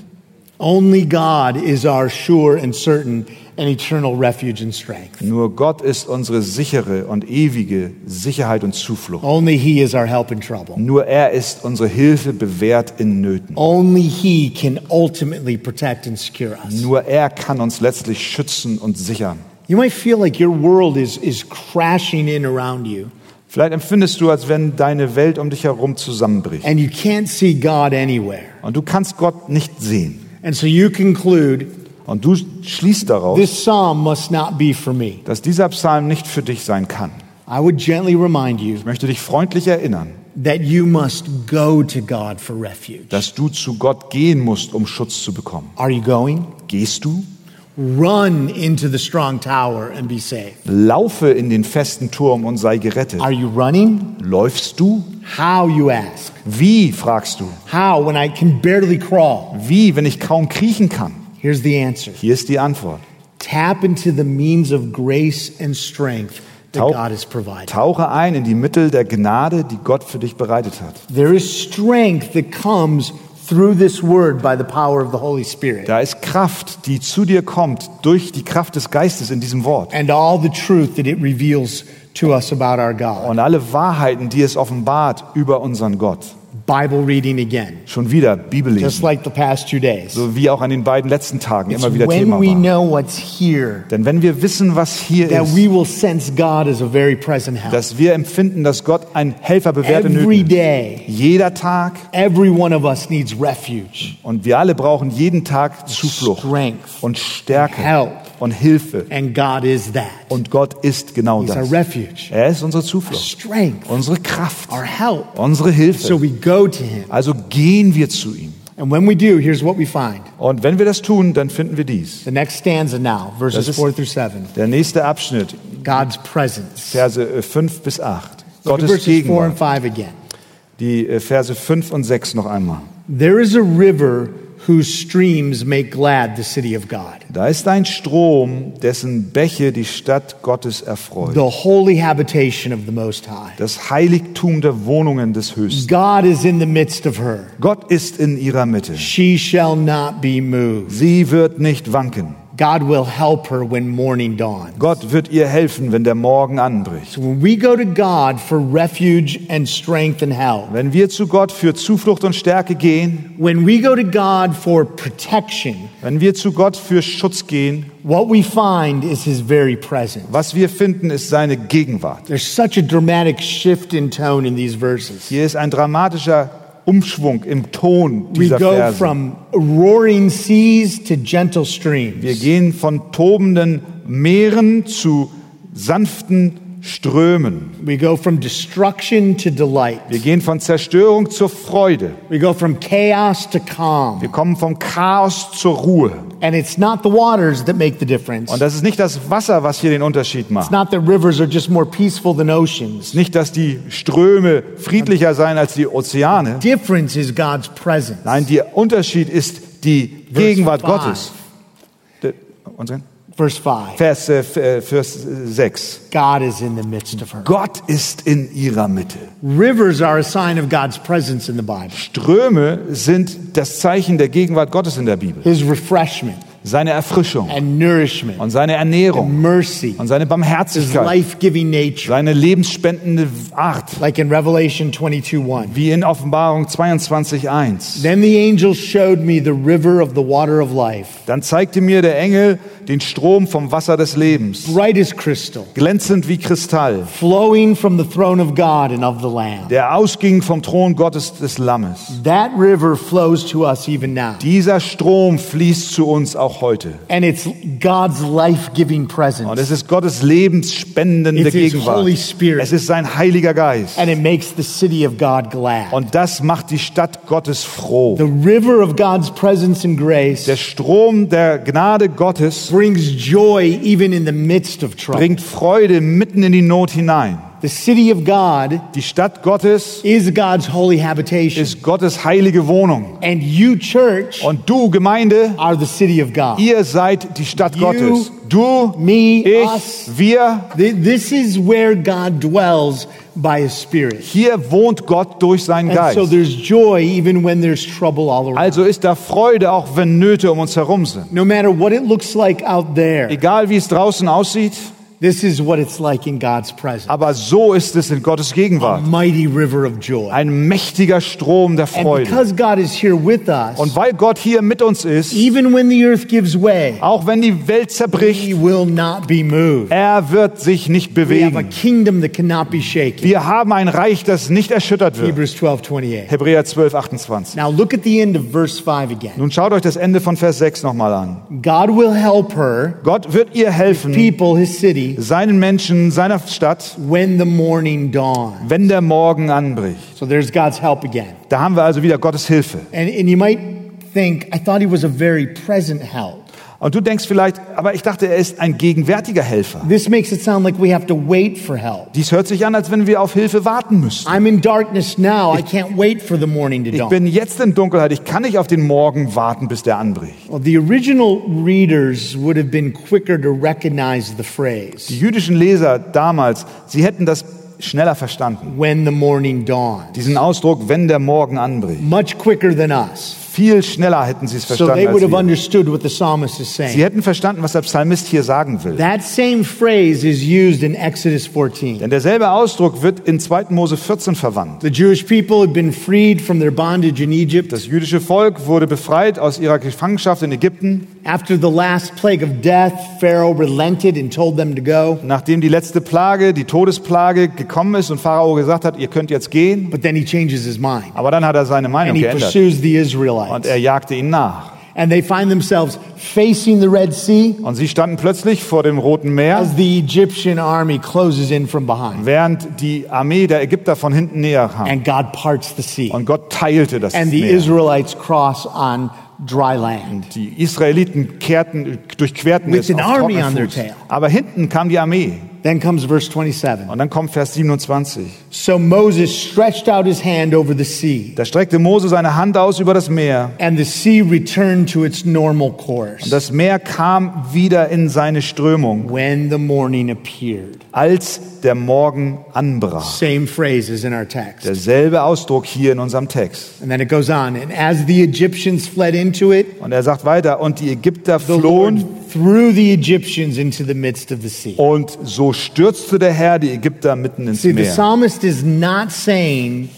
Speaker 1: Only God is our sure and certain and eternal refuge and strength.
Speaker 2: Nur Gott ist unsere sichere und ewige Sicherheit und Zuflucht.
Speaker 1: Only He is our help in trouble.
Speaker 2: Nur er ist unsere Hilfe bewährt in Nöten.
Speaker 1: Only He can ultimately protect and secure us.
Speaker 2: Nur er kann uns letztlich schützen und sichern.
Speaker 1: You might feel like your world is, is crashing in around you
Speaker 2: Vielleicht empfindest du, als wenn deine Welt um dich herum zusammenbricht
Speaker 1: and you can't see God anywhere.
Speaker 2: und du kannst Gott nicht sehen.
Speaker 1: And so you conclude
Speaker 2: Und du schließt daraus,
Speaker 1: this psalm must not be for me.
Speaker 2: dass dieser Psalm nicht für dich sein kann.
Speaker 1: I would gently remind you
Speaker 2: Ich möchte dich freundlich erinnern,
Speaker 1: that you must go to God for refuge.
Speaker 2: dass du zu Gott gehen musst, um Schutz zu bekommen.
Speaker 1: Are you going?
Speaker 2: Gehst du?
Speaker 1: Run into the strong tower and be safe.
Speaker 2: Laufe in den festen Turm und sei gerettet.
Speaker 1: Are you running?
Speaker 2: Läufst du?
Speaker 1: How, you ask.
Speaker 2: Wie, fragst du?
Speaker 1: How, when I can barely crawl?
Speaker 2: Wie, wenn ich kaum kriechen kann?
Speaker 1: Here's the answer
Speaker 2: Hier ist die Antwort.
Speaker 1: tap into the means of grace and strength that
Speaker 2: Tau-
Speaker 1: God has provided.
Speaker 2: Tauche ein in die Mittel der Gnade, die Gott für dich bereitet hat.
Speaker 1: There is strength that comes through this word by the power of the Holy Spirit
Speaker 2: Da ist Kraft, die zu dir kommt durch die Kraft des Geistes in diesem Wort.
Speaker 1: and all the truth that it reveals to us about our God.
Speaker 2: Und alle Wahrheiten, die es offenbart über unseren Gott.
Speaker 1: Bible reading again,
Speaker 2: Schon wieder Bibellesen,
Speaker 1: just like the past two days.
Speaker 2: so wie auch an den beiden letzten Tagen
Speaker 1: It's
Speaker 2: immer wieder
Speaker 1: when
Speaker 2: Thema
Speaker 1: we
Speaker 2: war.
Speaker 1: know what's here,
Speaker 2: Denn wenn wir wissen, was hier
Speaker 1: that
Speaker 2: ist,
Speaker 1: we will sense God as a very present help.
Speaker 2: dass wir empfinden, dass Gott ein Helfer bewährt in
Speaker 1: Every
Speaker 2: Nöten.
Speaker 1: day,
Speaker 2: Jeder Tag
Speaker 1: every one of us needs refuge,
Speaker 2: und wir alle brauchen jeden Tag Zuflucht
Speaker 1: strength,
Speaker 2: und Stärke
Speaker 1: Help.
Speaker 2: und Hilfe.
Speaker 1: and God is that.
Speaker 2: Und Gott ist genau
Speaker 1: He's our
Speaker 2: das.
Speaker 1: refuge,
Speaker 2: Er ist unsere Zuflucht,
Speaker 1: strength,
Speaker 2: unsere Kraft,
Speaker 1: our help.
Speaker 2: unsere
Speaker 1: So
Speaker 2: Hilfe.
Speaker 1: we go to Him.
Speaker 2: Also gehen wir zu ihm.
Speaker 1: And when we do, here's what we find.
Speaker 2: Und wenn wir das tun, dann finden wir dies.
Speaker 1: The next stanza now,
Speaker 2: Das
Speaker 1: verses
Speaker 2: ist-
Speaker 1: 4 through 7.
Speaker 2: Der nächste Abschnitt,
Speaker 1: God's presence.
Speaker 2: Verse 5 bis 8.
Speaker 1: Look at
Speaker 2: Gottes
Speaker 1: verses 4 and
Speaker 2: Gegenwart.
Speaker 1: 5 again.
Speaker 2: Die äh, Verse 5 und 6 noch einmal.
Speaker 1: There is a river whose streams make glad the city of God,
Speaker 2: Da ist ein Strom, dessen Bäche die Stadt Gottes erfreut.
Speaker 1: the holy habitation of the Most High.
Speaker 2: Das Heiligtum der Wohnungen des Höchsten.
Speaker 1: God is in the midst of her.
Speaker 2: Gott ist in ihrer Mitte.
Speaker 1: She shall not be moved.
Speaker 2: Sie wird nicht wanken.
Speaker 1: God will help her when morning dawns.
Speaker 2: Gott wird ihr helfen, wenn der Morgen anbricht.
Speaker 1: So when we go to God for refuge and strength and help,
Speaker 2: Wenn wir zu Gott für Zuflucht und Stärke gehen,
Speaker 1: when we go to God for protection,
Speaker 2: wenn wir zu Gott für Schutz gehen,
Speaker 1: what we find is his very presence.
Speaker 2: was wir finden, ist seine Gegenwart.
Speaker 1: There's such a dramatic shift in tone in these verses.
Speaker 2: Hier ist ein dramatischer Umschwung im Ton
Speaker 1: We
Speaker 2: dieser
Speaker 1: go
Speaker 2: Verse.
Speaker 1: from roaring seas to gentle
Speaker 2: Wir
Speaker 1: streams.
Speaker 2: gehen von tobenden Meeren zu sanften Strömen.
Speaker 1: We go from destruction to
Speaker 2: Wir
Speaker 1: delight.
Speaker 2: gehen von Zerstörung zur Freude.
Speaker 1: We go from chaos to
Speaker 2: Wir
Speaker 1: calm.
Speaker 2: kommen vom Chaos zur Ruhe.
Speaker 1: And it's not the waters that make the difference.
Speaker 2: Und das ist nicht das Wasser, was hier den Unterschied
Speaker 1: It's
Speaker 2: macht.
Speaker 1: not that rivers are just more peaceful than oceans.
Speaker 2: Nicht, dass die Ströme friedlicher sein als die Ozeane.
Speaker 1: Difference is God's presence.
Speaker 2: Nein, der Unterschied ist die
Speaker 1: Verse
Speaker 2: Gegenwart
Speaker 1: five.
Speaker 2: Gottes. Der- unseren?
Speaker 1: Verse 5.
Speaker 2: Vers, äh, f- äh, Vers 6.
Speaker 1: God is in the midst of her.
Speaker 2: Gott ist in ihrer Mitte.
Speaker 1: Rivers are a sign of God's presence in the Bible.
Speaker 2: Ströme sind das Zeichen der Gegenwart Gottes in der Bibel.
Speaker 1: His refreshment
Speaker 2: Seine Erfrischung
Speaker 1: and nourishment,
Speaker 2: und seine Ernährung
Speaker 1: mercy,
Speaker 2: und seine
Speaker 1: his
Speaker 2: Barmherzigkeit,
Speaker 1: life-giving nature.
Speaker 2: seine lebensspendende Art,
Speaker 1: Like in Revelation 22:1.
Speaker 2: wie in Offenbarung 22.1.
Speaker 1: Then the angel showed me the river of the water of life,
Speaker 2: Dann zeigte mir der Engel den Strom vom Wasser des Lebens,
Speaker 1: bright as crystal,
Speaker 2: glänzend wie Kristall,
Speaker 1: flowing from the throne of God and of the Lamb.
Speaker 2: der ausging vom Thron Gottes des Lammes.
Speaker 1: That river flows to us even now.
Speaker 2: Dieser Strom fließt zu uns auch heute.
Speaker 1: And it's God's life giving
Speaker 2: Und
Speaker 1: presence.
Speaker 2: es ist Gottes lebensspendende
Speaker 1: It's his
Speaker 2: Gegenwart.
Speaker 1: Holy Spirit.
Speaker 2: Es ist sein Heiliger Geist.
Speaker 1: And it makes the city of God glad.
Speaker 2: Und das macht die Stadt Gottes froh.
Speaker 1: The river of God's presence and grace
Speaker 2: Der Strom der Gnade Gottes
Speaker 1: brings joy even in the midst of trouble.
Speaker 2: bringt Freude mitten in die Not hinein.
Speaker 1: The city of God
Speaker 2: Die Stadt Gottes
Speaker 1: is God's holy habitation.
Speaker 2: ist Gottes heilige Wohnung.
Speaker 1: And you, church,
Speaker 2: Und du, Gemeinde,
Speaker 1: are the city of God.
Speaker 2: ihr seid die Stadt
Speaker 1: You,
Speaker 2: Gottes. Du,
Speaker 1: me, us.
Speaker 2: ich, wir.
Speaker 1: Th- This is where God dwells by his Spirit.
Speaker 2: Hier wohnt Gott durch seinen
Speaker 1: And so
Speaker 2: Geist.
Speaker 1: there's joy even when there's trouble all around.
Speaker 2: Also ist da Freude, auch wenn Nöte um uns herum sind.
Speaker 1: No matter what it looks like out there,
Speaker 2: Egal wie es draußen aussieht,
Speaker 1: this is what it's like in God's presence.
Speaker 2: aber so ist es in Gottes
Speaker 1: A
Speaker 2: Gegenwart.
Speaker 1: mighty river of joy.
Speaker 2: Ein mächtiger Strom der
Speaker 1: And
Speaker 2: Freude.
Speaker 1: because God is here with
Speaker 2: Und
Speaker 1: us,
Speaker 2: weil Gott hier mit uns ist,
Speaker 1: even when the earth gives way,
Speaker 2: auch wenn die Welt
Speaker 1: he
Speaker 2: zerbricht,
Speaker 1: will not be moved.
Speaker 2: er wird sich nicht
Speaker 1: We have a
Speaker 2: bewegen.
Speaker 1: kingdom that cannot be shaken.
Speaker 2: Wir haben ein Reich, das nicht erschüttert wird.
Speaker 1: Hebrews 12, 28.
Speaker 2: Hebräer 12, 28.
Speaker 1: Now look at the end of verse 5 again.
Speaker 2: Nun schaut euch das Ende von Vers 6 nochmal an.
Speaker 1: God will help her,
Speaker 2: Gott wird ihr helfen,
Speaker 1: people, his city,
Speaker 2: seinen Menschen, seiner Stadt,
Speaker 1: when the morning dawns.
Speaker 2: wenn der Morgen anbricht.
Speaker 1: So there's God's help again.
Speaker 2: Da haben wir also wieder Gottes Hilfe.
Speaker 1: And, and you might think, I thought he was a very present help.
Speaker 2: Und du denkst vielleicht, aber ich dachte, er ist ein gegenwärtiger Helfer.
Speaker 1: This makes it sound like we have to wait for help.
Speaker 2: Dies hört sich an, als wenn wir auf Hilfe warten müssten.
Speaker 1: I'm in darkness now. I can't wait for the morning to
Speaker 2: Ich
Speaker 1: dawn.
Speaker 2: bin jetzt in Dunkelheit, ich kann nicht auf den Morgen warten, bis der anbricht.
Speaker 1: Well, the original readers would have been quicker to recognize the
Speaker 2: Die
Speaker 1: phrase,
Speaker 2: jüdischen Leser damals, sie hätten das schneller verstanden.
Speaker 1: when the morning dawns,
Speaker 2: Diesen Ausdruck, wenn der Morgen anbricht.
Speaker 1: much quicker than us.
Speaker 2: Viel schneller hätten sie es
Speaker 1: So
Speaker 2: verstanden
Speaker 1: they
Speaker 2: als
Speaker 1: would have
Speaker 2: wir.
Speaker 1: understood what the psalmist is
Speaker 2: Sie
Speaker 1: saying.
Speaker 2: hätten verstanden, was der Psalmist hier sagen will.
Speaker 1: That same phrase is used in Exodus 14.
Speaker 2: Denn derselbe Ausdruck wird in 2. Mose 14 verwandt.
Speaker 1: The Jewish people had been freed from their bondage in Egypt
Speaker 2: Das jüdische Volk wurde befreit aus ihrer Gefangenschaft in Ägypten,
Speaker 1: after the last plague of death. Pharaoh relented and told them to go,
Speaker 2: nachdem die letzte Plage, die Todesplage, gekommen ist und Pharao gesagt hat, ihr könnt jetzt gehen.
Speaker 1: but then he changes his mind
Speaker 2: Aber dann hat er seine Meinung
Speaker 1: and he
Speaker 2: geändert
Speaker 1: pursues the
Speaker 2: und
Speaker 1: Israelites.
Speaker 2: er jagte ihnen nach.
Speaker 1: And they find themselves facing the Red Sea
Speaker 2: Und sie standen plötzlich vor dem Roten Meer,
Speaker 1: as the Egyptian army closes in from behind
Speaker 2: während die Armee der Ägypter von hinten näher kam.
Speaker 1: and God parts the sea.
Speaker 2: Und Gott teilte das
Speaker 1: And the
Speaker 2: Meer.
Speaker 1: Israelites cross on dry land.
Speaker 2: Die Israeliten kehrten, durchquerten
Speaker 1: With
Speaker 2: es
Speaker 1: an
Speaker 2: auf
Speaker 1: army
Speaker 2: trockenen
Speaker 1: on their
Speaker 2: Fuß.
Speaker 1: tail.
Speaker 2: Aber hinten kam die Armee.
Speaker 1: Then comes verse 27.
Speaker 2: Und dann kommt Vers 27.
Speaker 1: So Moses stretched out his hand over the sea,
Speaker 2: Da streckte Mose seine Hand aus über das Meer.
Speaker 1: and the sea returned to its normal
Speaker 2: Und
Speaker 1: course
Speaker 2: das Meer kam wieder in seine Strömung,
Speaker 1: when the morning appeared.
Speaker 2: als der Morgen anbrach.
Speaker 1: Same phrase as in our text.
Speaker 2: Derselbe Ausdruck hier in unserem Text.
Speaker 1: And then it goes on. And as the Egyptians fled into it,
Speaker 2: Und er sagt weiter, und die Ägypter
Speaker 1: the
Speaker 2: flohen,
Speaker 1: Lord threw the Egyptians into the midst of the sea.
Speaker 2: und so stürzte der Herr die Ägypter mitten ins
Speaker 1: See, the
Speaker 2: Meer.
Speaker 1: psalmist is not saying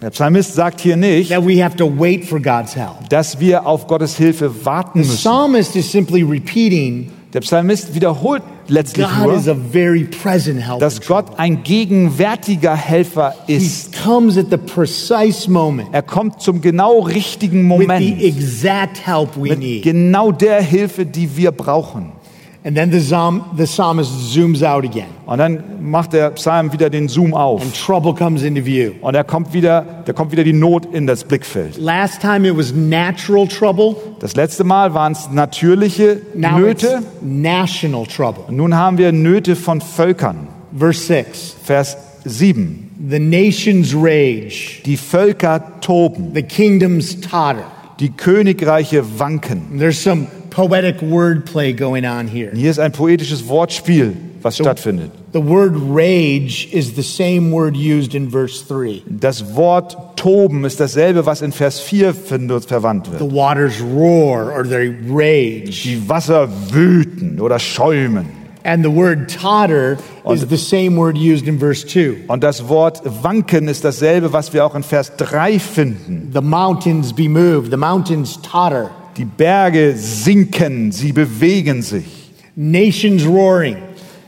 Speaker 2: Der Psalmist sagt hier nicht,
Speaker 1: that we have to wait for God's help.
Speaker 2: dass wir auf Gottes Hilfe warten
Speaker 1: The
Speaker 2: müssen.
Speaker 1: psalmist is simply repeating
Speaker 2: Der Psalmist wiederholt letztlich
Speaker 1: God is
Speaker 2: nur,
Speaker 1: a very present help.
Speaker 2: dass Gott ein gegenwärtiger Helfer
Speaker 1: He
Speaker 2: ist.
Speaker 1: comes at the precise moment
Speaker 2: Er kommt zum genau richtigen
Speaker 1: with the
Speaker 2: Moment.
Speaker 1: exact help we
Speaker 2: Mit
Speaker 1: need.
Speaker 2: genau der Hilfe, die wir brauchen.
Speaker 1: And then the, psalm, the psalmist zooms out again,
Speaker 2: Und dann macht der Psalm wieder den Zoom auf.
Speaker 1: and trouble comes into view.
Speaker 2: Und da kommt wieder, da kommt wieder die Not in das Blickfeld.
Speaker 1: Last time it was natural trouble,
Speaker 2: Das letzte Mal waren es natürliche
Speaker 1: now
Speaker 2: Nöte.
Speaker 1: it's national trouble.
Speaker 2: Und nun haben wir Nöte von Völkern.
Speaker 1: Verse 6
Speaker 2: Vers 7.
Speaker 1: The nations rage,
Speaker 2: Die Völker toben,
Speaker 1: the kingdoms totter.
Speaker 2: die Königreiche wanken.
Speaker 1: And there's some poetic wordplay going on here.
Speaker 2: Hier ist ein poetisches Wortspiel, was stattfindet.
Speaker 1: The word rage is the same word used in verse 3.
Speaker 2: Das Wort toben ist dasselbe, was in Vers 4 ver- verwandt wird.
Speaker 1: The waters roar or they rage.
Speaker 2: die Wasser wüten oder schäumen.
Speaker 1: And the word totter is
Speaker 2: Und-
Speaker 1: the same word used in verse 2.
Speaker 2: Und das Wort wanken ist dasselbe, was wir auch in Vers 3 finden.
Speaker 1: The mountains be moved, the mountains totter,
Speaker 2: Die Berge sinken, sie bewegen sich.
Speaker 1: nations roaring,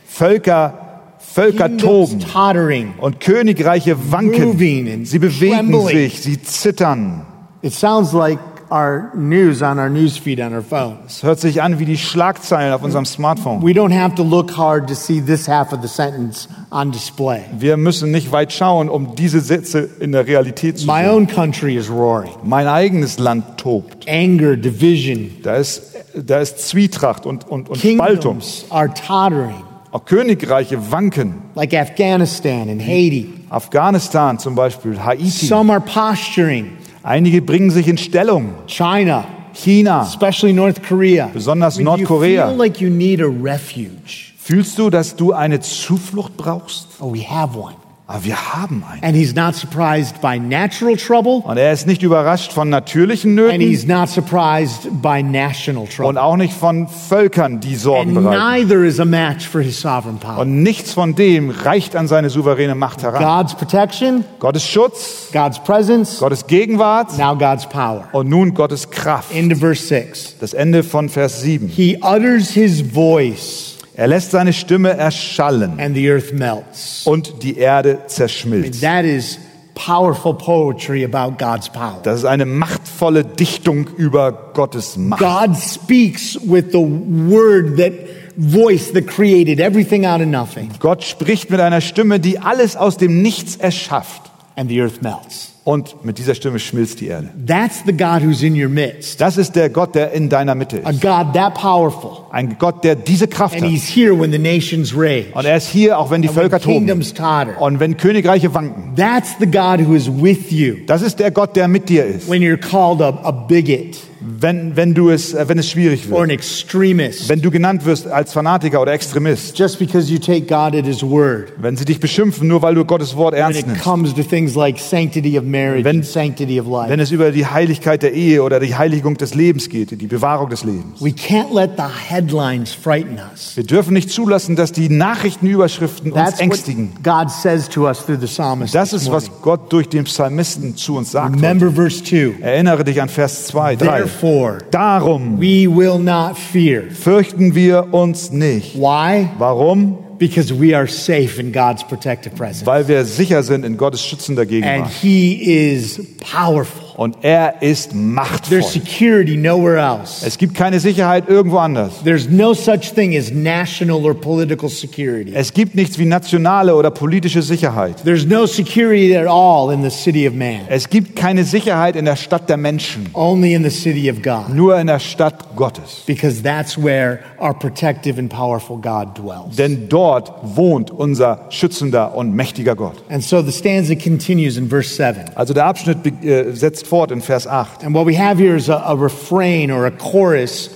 Speaker 2: Völker, Völker
Speaker 1: kingdoms
Speaker 2: toben
Speaker 1: tottering.
Speaker 2: und Königreiche
Speaker 1: Moving and
Speaker 2: wanken. Sie bewegen
Speaker 1: trembling.
Speaker 2: sich, sie zittern.
Speaker 1: It sounds like our news on our newsfeed on our phones.
Speaker 2: Es hört sich an wie die Schlagzeilen auf unserem Smartphone.
Speaker 1: We don't have to look hard to see this half of the sentence on display.
Speaker 2: Wir müssen nicht weit schauen, um diese Sätze in der Realität zu
Speaker 1: My
Speaker 2: sehen.
Speaker 1: own country is roaring.
Speaker 2: Mein eigenes Land tobt.
Speaker 1: Anger, division,
Speaker 2: Da ist, da ist Zwietracht und, und, und Spaltung.
Speaker 1: kingdoms are tottering,
Speaker 2: Auch Königreiche wanken.
Speaker 1: like Afghanistan and Haiti.
Speaker 2: Afghanistan zum Beispiel, Haiti.
Speaker 1: Some are posturing,
Speaker 2: Einige bringen sich in Stellung.
Speaker 1: China,
Speaker 2: China.
Speaker 1: especially North Korea.
Speaker 2: Besonders
Speaker 1: When
Speaker 2: Nordkorea.
Speaker 1: You feel like you need a refuge.
Speaker 2: Fühlst du, dass du eine Zuflucht brauchst?
Speaker 1: Oh, we have one.
Speaker 2: Aber wir haben eine.
Speaker 1: And he's not surprised by natural trouble,
Speaker 2: Und er ist nicht überrascht von natürlichen
Speaker 1: and
Speaker 2: Nöten
Speaker 1: he's not surprised by national
Speaker 2: und
Speaker 1: trouble.
Speaker 2: auch nicht von Völkern, die Sorgen
Speaker 1: And
Speaker 2: bereiten.
Speaker 1: neither is a match for his sovereign power.
Speaker 2: Und nichts von dem reicht an seine souveräne Macht heran.
Speaker 1: God's protection,
Speaker 2: Gottes Schutz,
Speaker 1: God's presence,
Speaker 2: Gottes Gegenwart
Speaker 1: now God's power.
Speaker 2: und nun Gottes Kraft.
Speaker 1: Into verse 6.
Speaker 2: Das Ende von Vers 7.
Speaker 1: He utters his voice,
Speaker 2: Er lässt seine Stimme erschallen
Speaker 1: and the earth melts.
Speaker 2: und die Erde zerschmilzt.
Speaker 1: That is powerful poetry about God's power.
Speaker 2: Das ist eine machtvolle Dichtung über Gottes Macht.
Speaker 1: God speaks with the word that voice that created everything out of nothing,
Speaker 2: Gott spricht mit einer Stimme, die alles aus dem Nichts erschafft.
Speaker 1: and the earth melts.
Speaker 2: Und mit dieser Stimme schmilzt die Erde.
Speaker 1: That's the God who's in your midst.
Speaker 2: Das ist der Gott, der in deiner Mitte
Speaker 1: A
Speaker 2: ist.
Speaker 1: God that powerful.
Speaker 2: Ein Gott, der diese Kraft
Speaker 1: And
Speaker 2: hat.
Speaker 1: he's here when the nations rage.
Speaker 2: Und er ist hier, auch wenn die
Speaker 1: And when
Speaker 2: Völker toben.
Speaker 1: kingdoms totter.
Speaker 2: Und wenn Königreiche wanken.
Speaker 1: That's the God who is with you
Speaker 2: Das ist der Gott, der mit dir ist.
Speaker 1: when you're called a, a bigot,
Speaker 2: wenn, wenn, du es, äh, wenn es schwierig
Speaker 1: or
Speaker 2: wird.
Speaker 1: an extremist
Speaker 2: Wenn du genannt wirst als Fanatiker oder Extremist.
Speaker 1: just because you take God at His word.
Speaker 2: Wenn sie dich beschimpfen, nur weil du Gottes Wort
Speaker 1: When
Speaker 2: ernst
Speaker 1: it
Speaker 2: nimmst.
Speaker 1: comes to things like sanctity of marriage
Speaker 2: Wenn-
Speaker 1: and sanctity of life,
Speaker 2: Wenn es über die Heiligkeit der Ehe oder die Heiligung des Lebens geht, die Bewahrung des Lebens.
Speaker 1: we can't let the headlines frighten us.
Speaker 2: Wir dürfen nicht zulassen, dass die Nachrichtenüberschriften uns
Speaker 1: That's
Speaker 2: ängstigen.
Speaker 1: what God says to us through the psalmist.
Speaker 2: Das
Speaker 1: this
Speaker 2: ist,
Speaker 1: morning.
Speaker 2: was Gott durch den Psalmisten zu uns sagt.
Speaker 1: Remember verse 2.
Speaker 2: Erinnere dich an Vers 2, 3.
Speaker 1: Therefore,
Speaker 2: Darum
Speaker 1: we will not fear.
Speaker 2: fürchten wir uns nicht.
Speaker 1: Why?
Speaker 2: Warum?
Speaker 1: Because we are safe in God's protective presence.
Speaker 2: Weil wir sicher sind in Gottes schützender
Speaker 1: And
Speaker 2: Gegenwart.
Speaker 1: He is powerful.
Speaker 2: Und er ist
Speaker 1: There's
Speaker 2: machtvoll.
Speaker 1: security nowhere else.
Speaker 2: Es gibt keine Sicherheit irgendwo anders.
Speaker 1: There's no such thing as national or political security.
Speaker 2: Es gibt nichts wie nationale oder politische Sicherheit.
Speaker 1: There's no security at all in the city of man,
Speaker 2: Es gibt keine Sicherheit in der Stadt der Menschen,
Speaker 1: only in the city of God,
Speaker 2: nur in der Stadt Gottes.
Speaker 1: because that's where our protective and powerful God dwells.
Speaker 2: Denn dort wohnt unser schützender und mächtiger Gott.
Speaker 1: And so the stanza continues in verse 7.
Speaker 2: Also der Abschnitt be- äh, setzt fort in Vers 8.
Speaker 1: And what we have here is a, a refrain or a chorus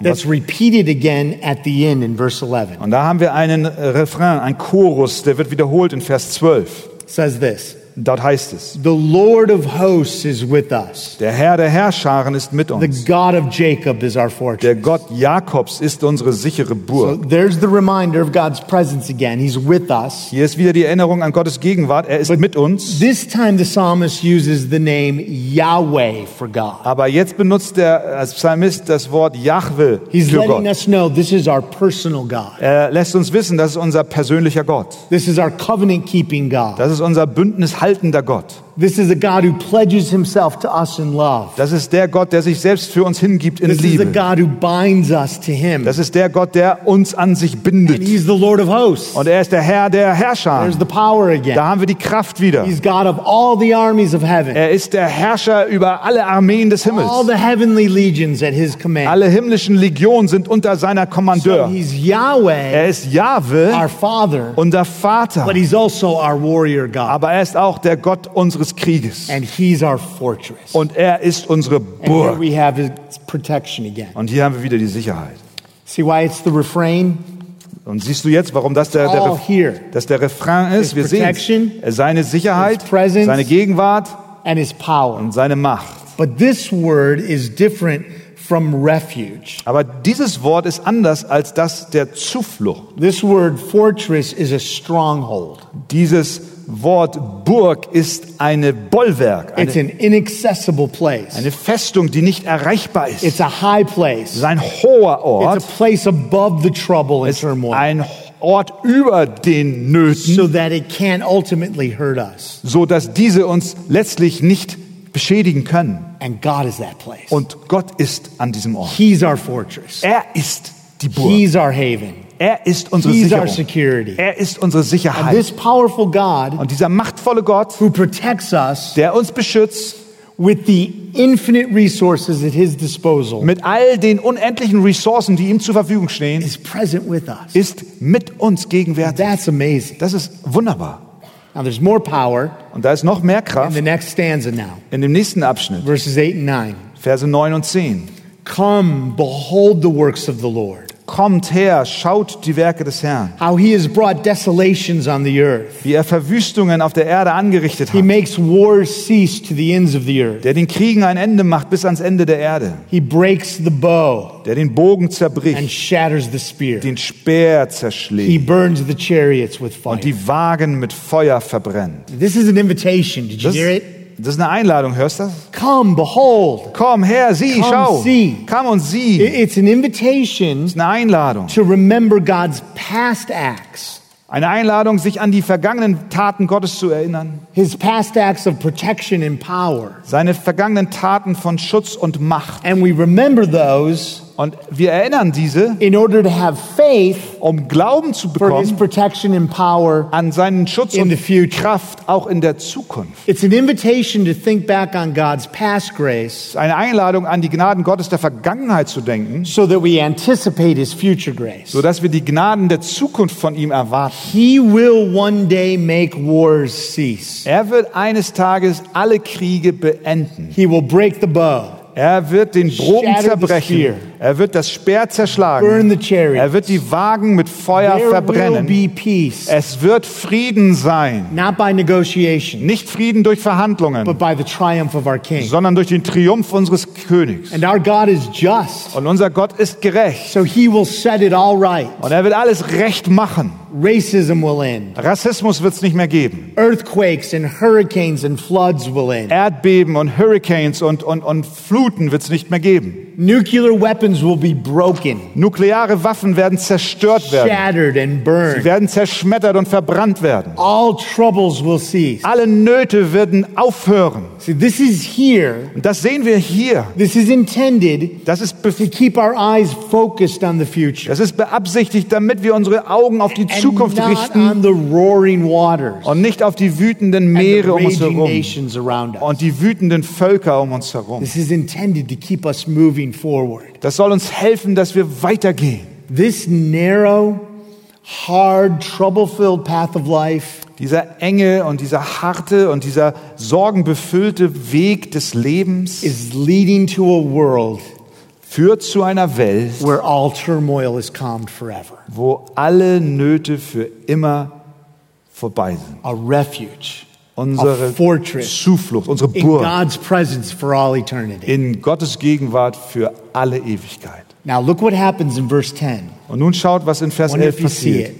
Speaker 1: that's repeated again at the end in verse 11.
Speaker 2: Und da haben wir einen äh, Refrain, einen Chorus, der wird wiederholt in Vers 12.
Speaker 1: It says this
Speaker 2: Dort heißt es,
Speaker 1: The Lord of hosts is with us,
Speaker 2: der Herr der Herrscharen ist mit
Speaker 1: the
Speaker 2: uns.
Speaker 1: God of Jacob is our
Speaker 2: Der
Speaker 1: fortress.
Speaker 2: Gott Jakobs ist unsere sichere
Speaker 1: So
Speaker 2: Burg.
Speaker 1: there's the reminder of God's presence again. He's with us.
Speaker 2: Hier ist wieder die Erinnerung an Gottes Gegenwart. Er ist mit uns.
Speaker 1: This time the psalmist uses the name Yahweh for God.
Speaker 2: Aber jetzt benutzt der äh, als Psalmist das Wort Jahwe
Speaker 1: He's
Speaker 2: für
Speaker 1: letting
Speaker 2: Gott.
Speaker 1: us know this is our personal God.
Speaker 2: Er lässt uns wissen, das ist unser persönlicher Gott.
Speaker 1: This is our covenant keeping God.
Speaker 2: Das ist unser bündnishaltender Gott.
Speaker 1: This is a God who pledges himself to us in love.
Speaker 2: Das ist der Gott, der sich selbst für uns hingibt in
Speaker 1: This is a
Speaker 2: Liebe.
Speaker 1: God who binds us to Him.
Speaker 2: Das ist der Gott, der uns an sich
Speaker 1: And
Speaker 2: bindet.
Speaker 1: He's the Lord of hosts.
Speaker 2: Und er ist der Herr der Herrscher.
Speaker 1: There's the power
Speaker 2: Da
Speaker 1: again.
Speaker 2: haben wir die Kraft wieder.
Speaker 1: He's God of all the armies of heaven,
Speaker 2: Er ist der Herrscher über alle Armeen des
Speaker 1: all
Speaker 2: Himmels.
Speaker 1: the heavenly legions at His command.
Speaker 2: Alle himmlischen Legionen sind unter seiner
Speaker 1: So
Speaker 2: Kommandeur.
Speaker 1: he's Yahweh,
Speaker 2: Er ist Jahwe,
Speaker 1: our Father,
Speaker 2: unser Vater.
Speaker 1: but He's also our warrior God,
Speaker 2: Aber er ist auch der Gott unseres Krieges.
Speaker 1: and He's our fortress.
Speaker 2: Und er ist unsere
Speaker 1: And here
Speaker 2: Burg.
Speaker 1: we have His protection again.
Speaker 2: Und hier haben wir wieder die Sicherheit.
Speaker 1: See why it's the refrain?
Speaker 2: Und siehst du jetzt, warum das der, der,
Speaker 1: All here.
Speaker 2: Ref- dass der Refrain ist?
Speaker 1: His
Speaker 2: Wir sehen
Speaker 1: protection,
Speaker 2: seine Sicherheit,
Speaker 1: His presence,
Speaker 2: seine Gegenwart
Speaker 1: And His power.
Speaker 2: und seine Macht.
Speaker 1: But this word is different from refuge.
Speaker 2: Aber dieses Wort ist anders als das der Zuflucht.
Speaker 1: This word fortress is a stronghold.
Speaker 2: Dieses Wort Burg ist eine Bollwerk,
Speaker 1: It's
Speaker 2: eine,
Speaker 1: an inaccessible place.
Speaker 2: eine Festung, die nicht erreichbar ist. Es
Speaker 1: It's a high place.
Speaker 2: ist ein hoher
Speaker 1: It's a
Speaker 2: Ort,
Speaker 1: place above the trouble and
Speaker 2: Es ist
Speaker 1: turmoil
Speaker 2: ein Ort über den Nöten,
Speaker 1: so that it can't ultimately hurt us.
Speaker 2: so dass diese uns letztlich nicht beschädigen können.
Speaker 1: And God is that place.
Speaker 2: Und Gott ist an diesem Ort.
Speaker 1: He's our fortress.
Speaker 2: Er ist die Burg.
Speaker 1: He's our haven.
Speaker 2: Er ist unsere
Speaker 1: He's our
Speaker 2: Sicherung.
Speaker 1: security.
Speaker 2: Er ist unsere
Speaker 1: And
Speaker 2: Sicherheit.
Speaker 1: this powerful God
Speaker 2: Und dieser machtvolle Gott,
Speaker 1: who protects us
Speaker 2: der uns beschützt
Speaker 1: with the infinite resources at his disposal
Speaker 2: mit all den unendlichen Ressourcen, die ihm zur Verfügung stehen,
Speaker 1: is present with us.
Speaker 2: ist mit uns gegenwärtig.
Speaker 1: That's amazing.
Speaker 2: Das ist wunderbar.
Speaker 1: Now there's more power
Speaker 2: Und da ist noch mehr
Speaker 1: in
Speaker 2: Kraft
Speaker 1: the next stanza now,
Speaker 2: in dem nächsten Abschnitt,
Speaker 1: verses 8 and 9.
Speaker 2: Verse 9 und 10.
Speaker 1: Come, behold the works of the Lord.
Speaker 2: Kommt her, schaut die Werke des Herrn,
Speaker 1: how he has brought desolations on the earth.
Speaker 2: wie er Verwüstungen auf der Erde angerichtet
Speaker 1: He
Speaker 2: hat,
Speaker 1: makes wars cease to the ends of the earth.
Speaker 2: der den Kriegen ein Ende macht bis ans Ende der Erde,
Speaker 1: He breaks the bow
Speaker 2: der den Bogen
Speaker 1: and
Speaker 2: zerbricht,
Speaker 1: shatters the spear.
Speaker 2: den Speer
Speaker 1: He
Speaker 2: zerschlägt
Speaker 1: burns the chariots with fire.
Speaker 2: und die Wagen mit Feuer verbrennt.
Speaker 1: This is an invitation. Did you
Speaker 2: Das,
Speaker 1: hear
Speaker 2: das
Speaker 1: it?
Speaker 2: ist eine Einladung, hörst du das?
Speaker 1: Come, behold.
Speaker 2: Komm her, sieh,
Speaker 1: Komm,
Speaker 2: schau.
Speaker 1: sieh.
Speaker 2: Komm und sieh.
Speaker 1: I- It's an invitation
Speaker 2: ist eine Einladung.
Speaker 1: to remember God's past acts,
Speaker 2: Eine Einladung, sich an die vergangenen Taten Gottes zu erinnern.
Speaker 1: his past acts of protection and power.
Speaker 2: Seine vergangenen Taten von Schutz und Macht.
Speaker 1: And we remember those
Speaker 2: Und wir erinnern diese,
Speaker 1: in order to have faith
Speaker 2: um Glauben zu
Speaker 1: for his
Speaker 2: bekommen
Speaker 1: protection and power.
Speaker 2: an seinen Schutz
Speaker 1: In
Speaker 2: und
Speaker 1: the future.
Speaker 2: Kraft auch in der Zukunft.
Speaker 1: It's an invitation to think back on God's past grace
Speaker 2: Es ist Eine Einladung, an die Gnaden Gottes der Vergangenheit zu denken,
Speaker 1: so that we anticipate his future grace.
Speaker 2: sodass wir die Gnaden der Zukunft von ihm erwarten.
Speaker 1: He will one day make wars cease.
Speaker 2: Er wird eines Tages alle Kriege beenden.
Speaker 1: He will break the bow.
Speaker 2: Er wird den Bogen
Speaker 1: Shatter the spear.
Speaker 2: zerbrechen. Er wird das Speer
Speaker 1: Burn
Speaker 2: zerschlagen.
Speaker 1: the chariot.
Speaker 2: Er wird die Wagen mit Feuer
Speaker 1: There will
Speaker 2: verbrennen.
Speaker 1: be peace,
Speaker 2: Es wird Frieden sein.
Speaker 1: not by negotiation,
Speaker 2: Nicht Frieden durch Verhandlungen,
Speaker 1: but by the triumph of our King.
Speaker 2: sondern durch den Triumph unseres Königs.
Speaker 1: And our God is just,
Speaker 2: Und unser Gott ist gerecht.
Speaker 1: so He will set it all right.
Speaker 2: Und er wird alles recht machen.
Speaker 1: Racism will end.
Speaker 2: Rassismus wird es nicht mehr geben.
Speaker 1: Earthquakes and hurricanes and floods will end.
Speaker 2: Erdbeben und Hurricanes und, und, und Fluten wird es nicht mehr geben.
Speaker 1: Nuclear weapons will be broken,
Speaker 2: Nukleare Waffen werden zerstört werden.
Speaker 1: shattered, and
Speaker 2: Sie
Speaker 1: burned.
Speaker 2: werden zerschmettert und verbrannt werden.
Speaker 1: All troubles will cease.
Speaker 2: Alle Nöte werden aufhören.
Speaker 1: See, this is here.
Speaker 2: Und das sehen wir hier.
Speaker 1: This is intended
Speaker 2: Das ist,
Speaker 1: to
Speaker 2: bef-
Speaker 1: keep our eyes focused on the future
Speaker 2: das ist beabsichtigt, damit wir unsere Augen auf die
Speaker 1: and
Speaker 2: Zukunft
Speaker 1: not
Speaker 2: richten
Speaker 1: on the roaring waters
Speaker 2: und nicht auf die wütenden
Speaker 1: and the
Speaker 2: Meere um uns
Speaker 1: raging
Speaker 2: herum
Speaker 1: nations around us.
Speaker 2: und die wütenden Völker um uns herum.
Speaker 1: This is intended to keep us moving forward.
Speaker 2: Das soll uns helfen, dass wir weitergehen.
Speaker 1: This narrow, hard, trouble filled path of life
Speaker 2: Dieser enge und dieser harte und dieser sorgenbefüllte Weg des Lebens
Speaker 1: is leading to a world
Speaker 2: führt zu einer Welt,
Speaker 1: where all turmoil is calmed forever,
Speaker 2: wo alle Nöte für immer vorbei sind.
Speaker 1: a refuge, a
Speaker 2: Unsere
Speaker 1: fortress
Speaker 2: Zuflucht, unsere
Speaker 1: in
Speaker 2: Burg
Speaker 1: God's presence for all eternity.
Speaker 2: in Gottes Gegenwart für alle Ewigkeit.
Speaker 1: Now, look what happens in verse 10.
Speaker 2: Und nun schaut, was in Vers
Speaker 1: Wonder
Speaker 2: 11
Speaker 1: if you see
Speaker 2: passiert.
Speaker 1: it.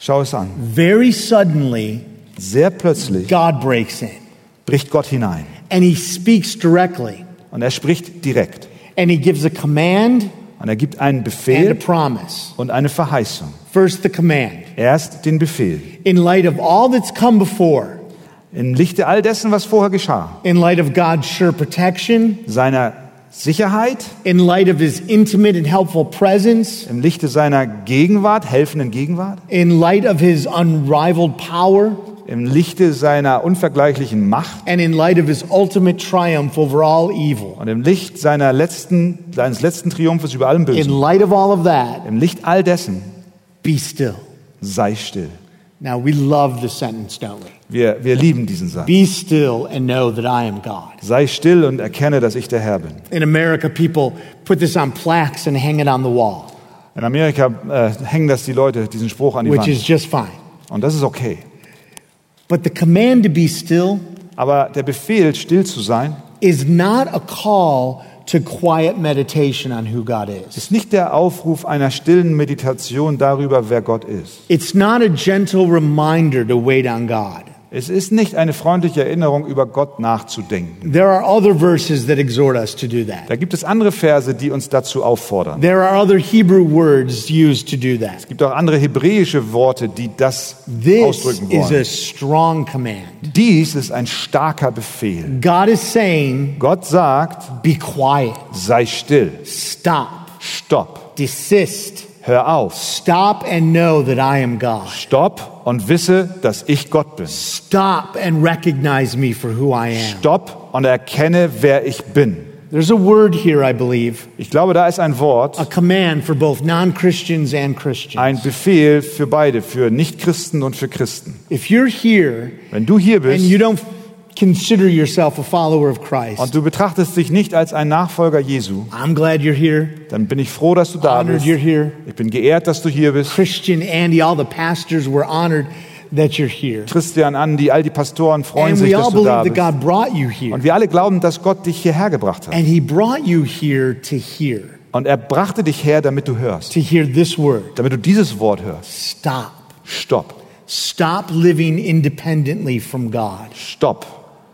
Speaker 2: Schau es an.
Speaker 1: Very suddenly,
Speaker 2: Sehr plötzlich
Speaker 1: God breaks in
Speaker 2: bricht Gott hinein
Speaker 1: and he speaks directly
Speaker 2: und er spricht direkt.
Speaker 1: and he gives a command
Speaker 2: Und er gibt einen
Speaker 1: and a
Speaker 2: Befehl
Speaker 1: promise.
Speaker 2: und eine Verheißung.
Speaker 1: First, the command.
Speaker 2: Erst den Befehl.
Speaker 1: in light of all that's come before,
Speaker 2: Im Lichte all dessen, was vorher geschah.
Speaker 1: in light of God's sure protection,
Speaker 2: Seiner Sicherheit,
Speaker 1: in light of his intimate and helpful presence,
Speaker 2: im Lichte seiner Gegenwart, helfenden Gegenwart,
Speaker 1: in light of his unrivaled power,
Speaker 2: im Lichte seiner unvergleichlichen Macht
Speaker 1: and in light of his ultimate triumph over all evil.
Speaker 2: und im Licht seiner letzten, seines letzten Triumphes über allem
Speaker 1: In
Speaker 2: Bösen.
Speaker 1: light of all of that,
Speaker 2: Im Licht all dessen,
Speaker 1: be still.
Speaker 2: sei still.
Speaker 1: Now, we love the sentence, don't we?
Speaker 2: Wir, wir lieben diesen Satz.
Speaker 1: Be still and know that I am God.
Speaker 2: Sei still und erkenne, dass ich der Herr bin.
Speaker 1: In America, people put this on plaques and hang it on the wall,
Speaker 2: In Amerika äh, hängen das die Leute, diesen Spruch an die
Speaker 1: which is
Speaker 2: Wand.
Speaker 1: just fine.
Speaker 2: Und das ist okay.
Speaker 1: But the command to be still
Speaker 2: Aber der Befehl, still zu sein,
Speaker 1: is not a call to quiet meditation on who God is.
Speaker 2: ist nicht der Aufruf einer stillen Meditation darüber, wer Gott ist.
Speaker 1: It's not a gentle reminder to wait on God.
Speaker 2: Es ist nicht eine freundliche Erinnerung, über Gott nachzudenken.
Speaker 1: There are other verses that exhort us to do
Speaker 2: Da
Speaker 1: that.
Speaker 2: gibt es andere Verse, die uns dazu auffordern.
Speaker 1: There are other Hebrew words used to do that.
Speaker 2: Es gibt auch andere hebräische Worte, die das
Speaker 1: This
Speaker 2: ausdrücken
Speaker 1: is a
Speaker 2: wollen.
Speaker 1: strong command.
Speaker 2: Dies ist ein starker Befehl.
Speaker 1: God is saying,
Speaker 2: Gott sagt,
Speaker 1: be quiet,
Speaker 2: sei still,
Speaker 1: stop,
Speaker 2: stopp,
Speaker 1: desist,
Speaker 2: hör auf,
Speaker 1: stop and know that I am God.
Speaker 2: stopp und wisse, dass ich Gott bin.
Speaker 1: Stop and recognize me for who I am.
Speaker 2: Stopp und erkenne, wer ich bin.
Speaker 1: There's a word here, I believe,
Speaker 2: Ich glaube, da ist ein
Speaker 1: a
Speaker 2: Wort,
Speaker 1: command for both non Christians and Christians.
Speaker 2: ein Befehl für beide, für Nichtchristen und für Christen.
Speaker 1: If you're here
Speaker 2: Wenn du hier
Speaker 1: and you
Speaker 2: bist
Speaker 1: don't consider yourself a follower of
Speaker 2: und
Speaker 1: Christ,
Speaker 2: du betrachtest dich nicht als ein Nachfolger Jesu,
Speaker 1: I'm glad you're here.
Speaker 2: dann bin ich froh, dass du da
Speaker 1: Honored
Speaker 2: bist.
Speaker 1: you're here.
Speaker 2: Ich bin geehrt, dass du hier bist.
Speaker 1: Christian, Andy, all the pastors were honored that you're here.
Speaker 2: Christian, Andi, all die Pastoren freuen
Speaker 1: And
Speaker 2: sich,
Speaker 1: we
Speaker 2: dass
Speaker 1: all
Speaker 2: du da
Speaker 1: believe that
Speaker 2: bist.
Speaker 1: God brought you here.
Speaker 2: Und wir alle glauben, dass Gott dich hierher gebracht hat.
Speaker 1: And He brought you here to hear,
Speaker 2: Und er brachte dich her, damit du hörst.
Speaker 1: to hear this word
Speaker 2: damit du dieses Wort hörst.
Speaker 1: stop.
Speaker 2: Stopp,
Speaker 1: Stop living independently from God.
Speaker 2: stopp.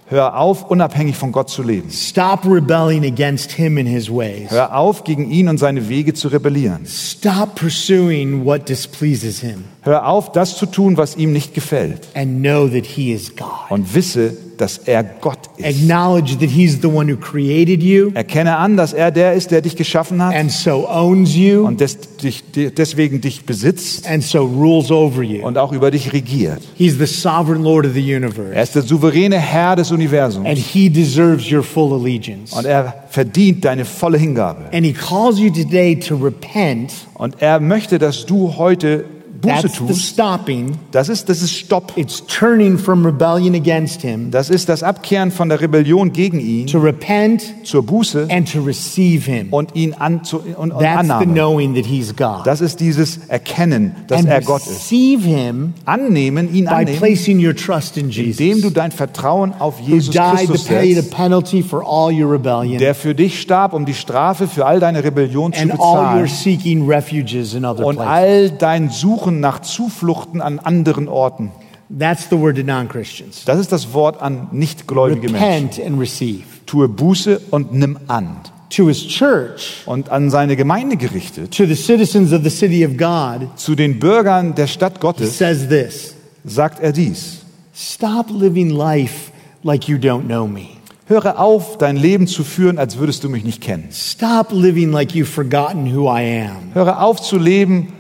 Speaker 2: Hör auf, unabhängig von Gott zu leben.
Speaker 1: Stop rebelling against Him and His ways.
Speaker 2: Hör auf, gegen ihn und seine Wege zu rebellieren.
Speaker 1: Stop pursuing what displeases Him
Speaker 2: Hör auf, das zu tun, was ihm nicht gefällt.
Speaker 1: and know that He is God.
Speaker 2: Und wisse, dass er Gott ist.
Speaker 1: Acknowledge that He's the one who created you
Speaker 2: Erkenne an, dass er der ist, der dich geschaffen hat
Speaker 1: and so owns you
Speaker 2: und des, dich, de- deswegen dich besitzt
Speaker 1: and so rules over you.
Speaker 2: und auch über dich regiert.
Speaker 1: He's the sovereign Lord of the
Speaker 2: Er
Speaker 1: universe
Speaker 2: ist der souveräne Herr des
Speaker 1: and
Speaker 2: Universums
Speaker 1: He deserves your full allegiance.
Speaker 2: und er verdient deine volle Hingabe.
Speaker 1: And He calls you today to repent
Speaker 2: Und er möchte, dass du heute Buße
Speaker 1: That's the
Speaker 2: tust,
Speaker 1: stopping.
Speaker 2: das ist, das ist Stopp.
Speaker 1: It's turning from rebellion against him
Speaker 2: Das ist das Abkehren von der Rebellion gegen ihn
Speaker 1: to repent
Speaker 2: zur Buße
Speaker 1: and to receive him.
Speaker 2: und ihn an, zu, und, und
Speaker 1: That's the
Speaker 2: Annahme.
Speaker 1: knowing that he's God.
Speaker 2: Das ist dieses Erkennen, dass
Speaker 1: and
Speaker 2: er Gott ist.
Speaker 1: receive him
Speaker 2: Annehmen, ihn
Speaker 1: by
Speaker 2: annehmen,
Speaker 1: placing your trust in Jesus.
Speaker 2: indem du dein Vertrauen auf Jesus
Speaker 1: died to
Speaker 2: Christus
Speaker 1: pay the
Speaker 2: setzt,
Speaker 1: penalty for all your rebellion
Speaker 2: der für dich starb, um die Strafe für all deine Rebellion zu
Speaker 1: and all your
Speaker 2: bezahlen
Speaker 1: seeking refuges in other
Speaker 2: und
Speaker 1: places.
Speaker 2: all dein Suchen nach Zufluchten an anderen Orten.
Speaker 1: That's the word to non-Christians.
Speaker 2: Das ist das Wort an nichtgläubige Menschen.
Speaker 1: Repent and receive.
Speaker 2: Tue Buße und nimm an.
Speaker 1: To his church,
Speaker 2: Und an seine Gemeinde gerichtet,
Speaker 1: to the citizens of the city of God,
Speaker 2: zu den Bürgern der Stadt Gottes,
Speaker 1: says this.
Speaker 2: sagt er dies.
Speaker 1: Stop living life like you don't know me.
Speaker 2: Höre auf, dein Leben zu führen, als würdest du mich nicht kennen.
Speaker 1: Stop living like you've forgotten who I am.
Speaker 2: Höre auf zu leben,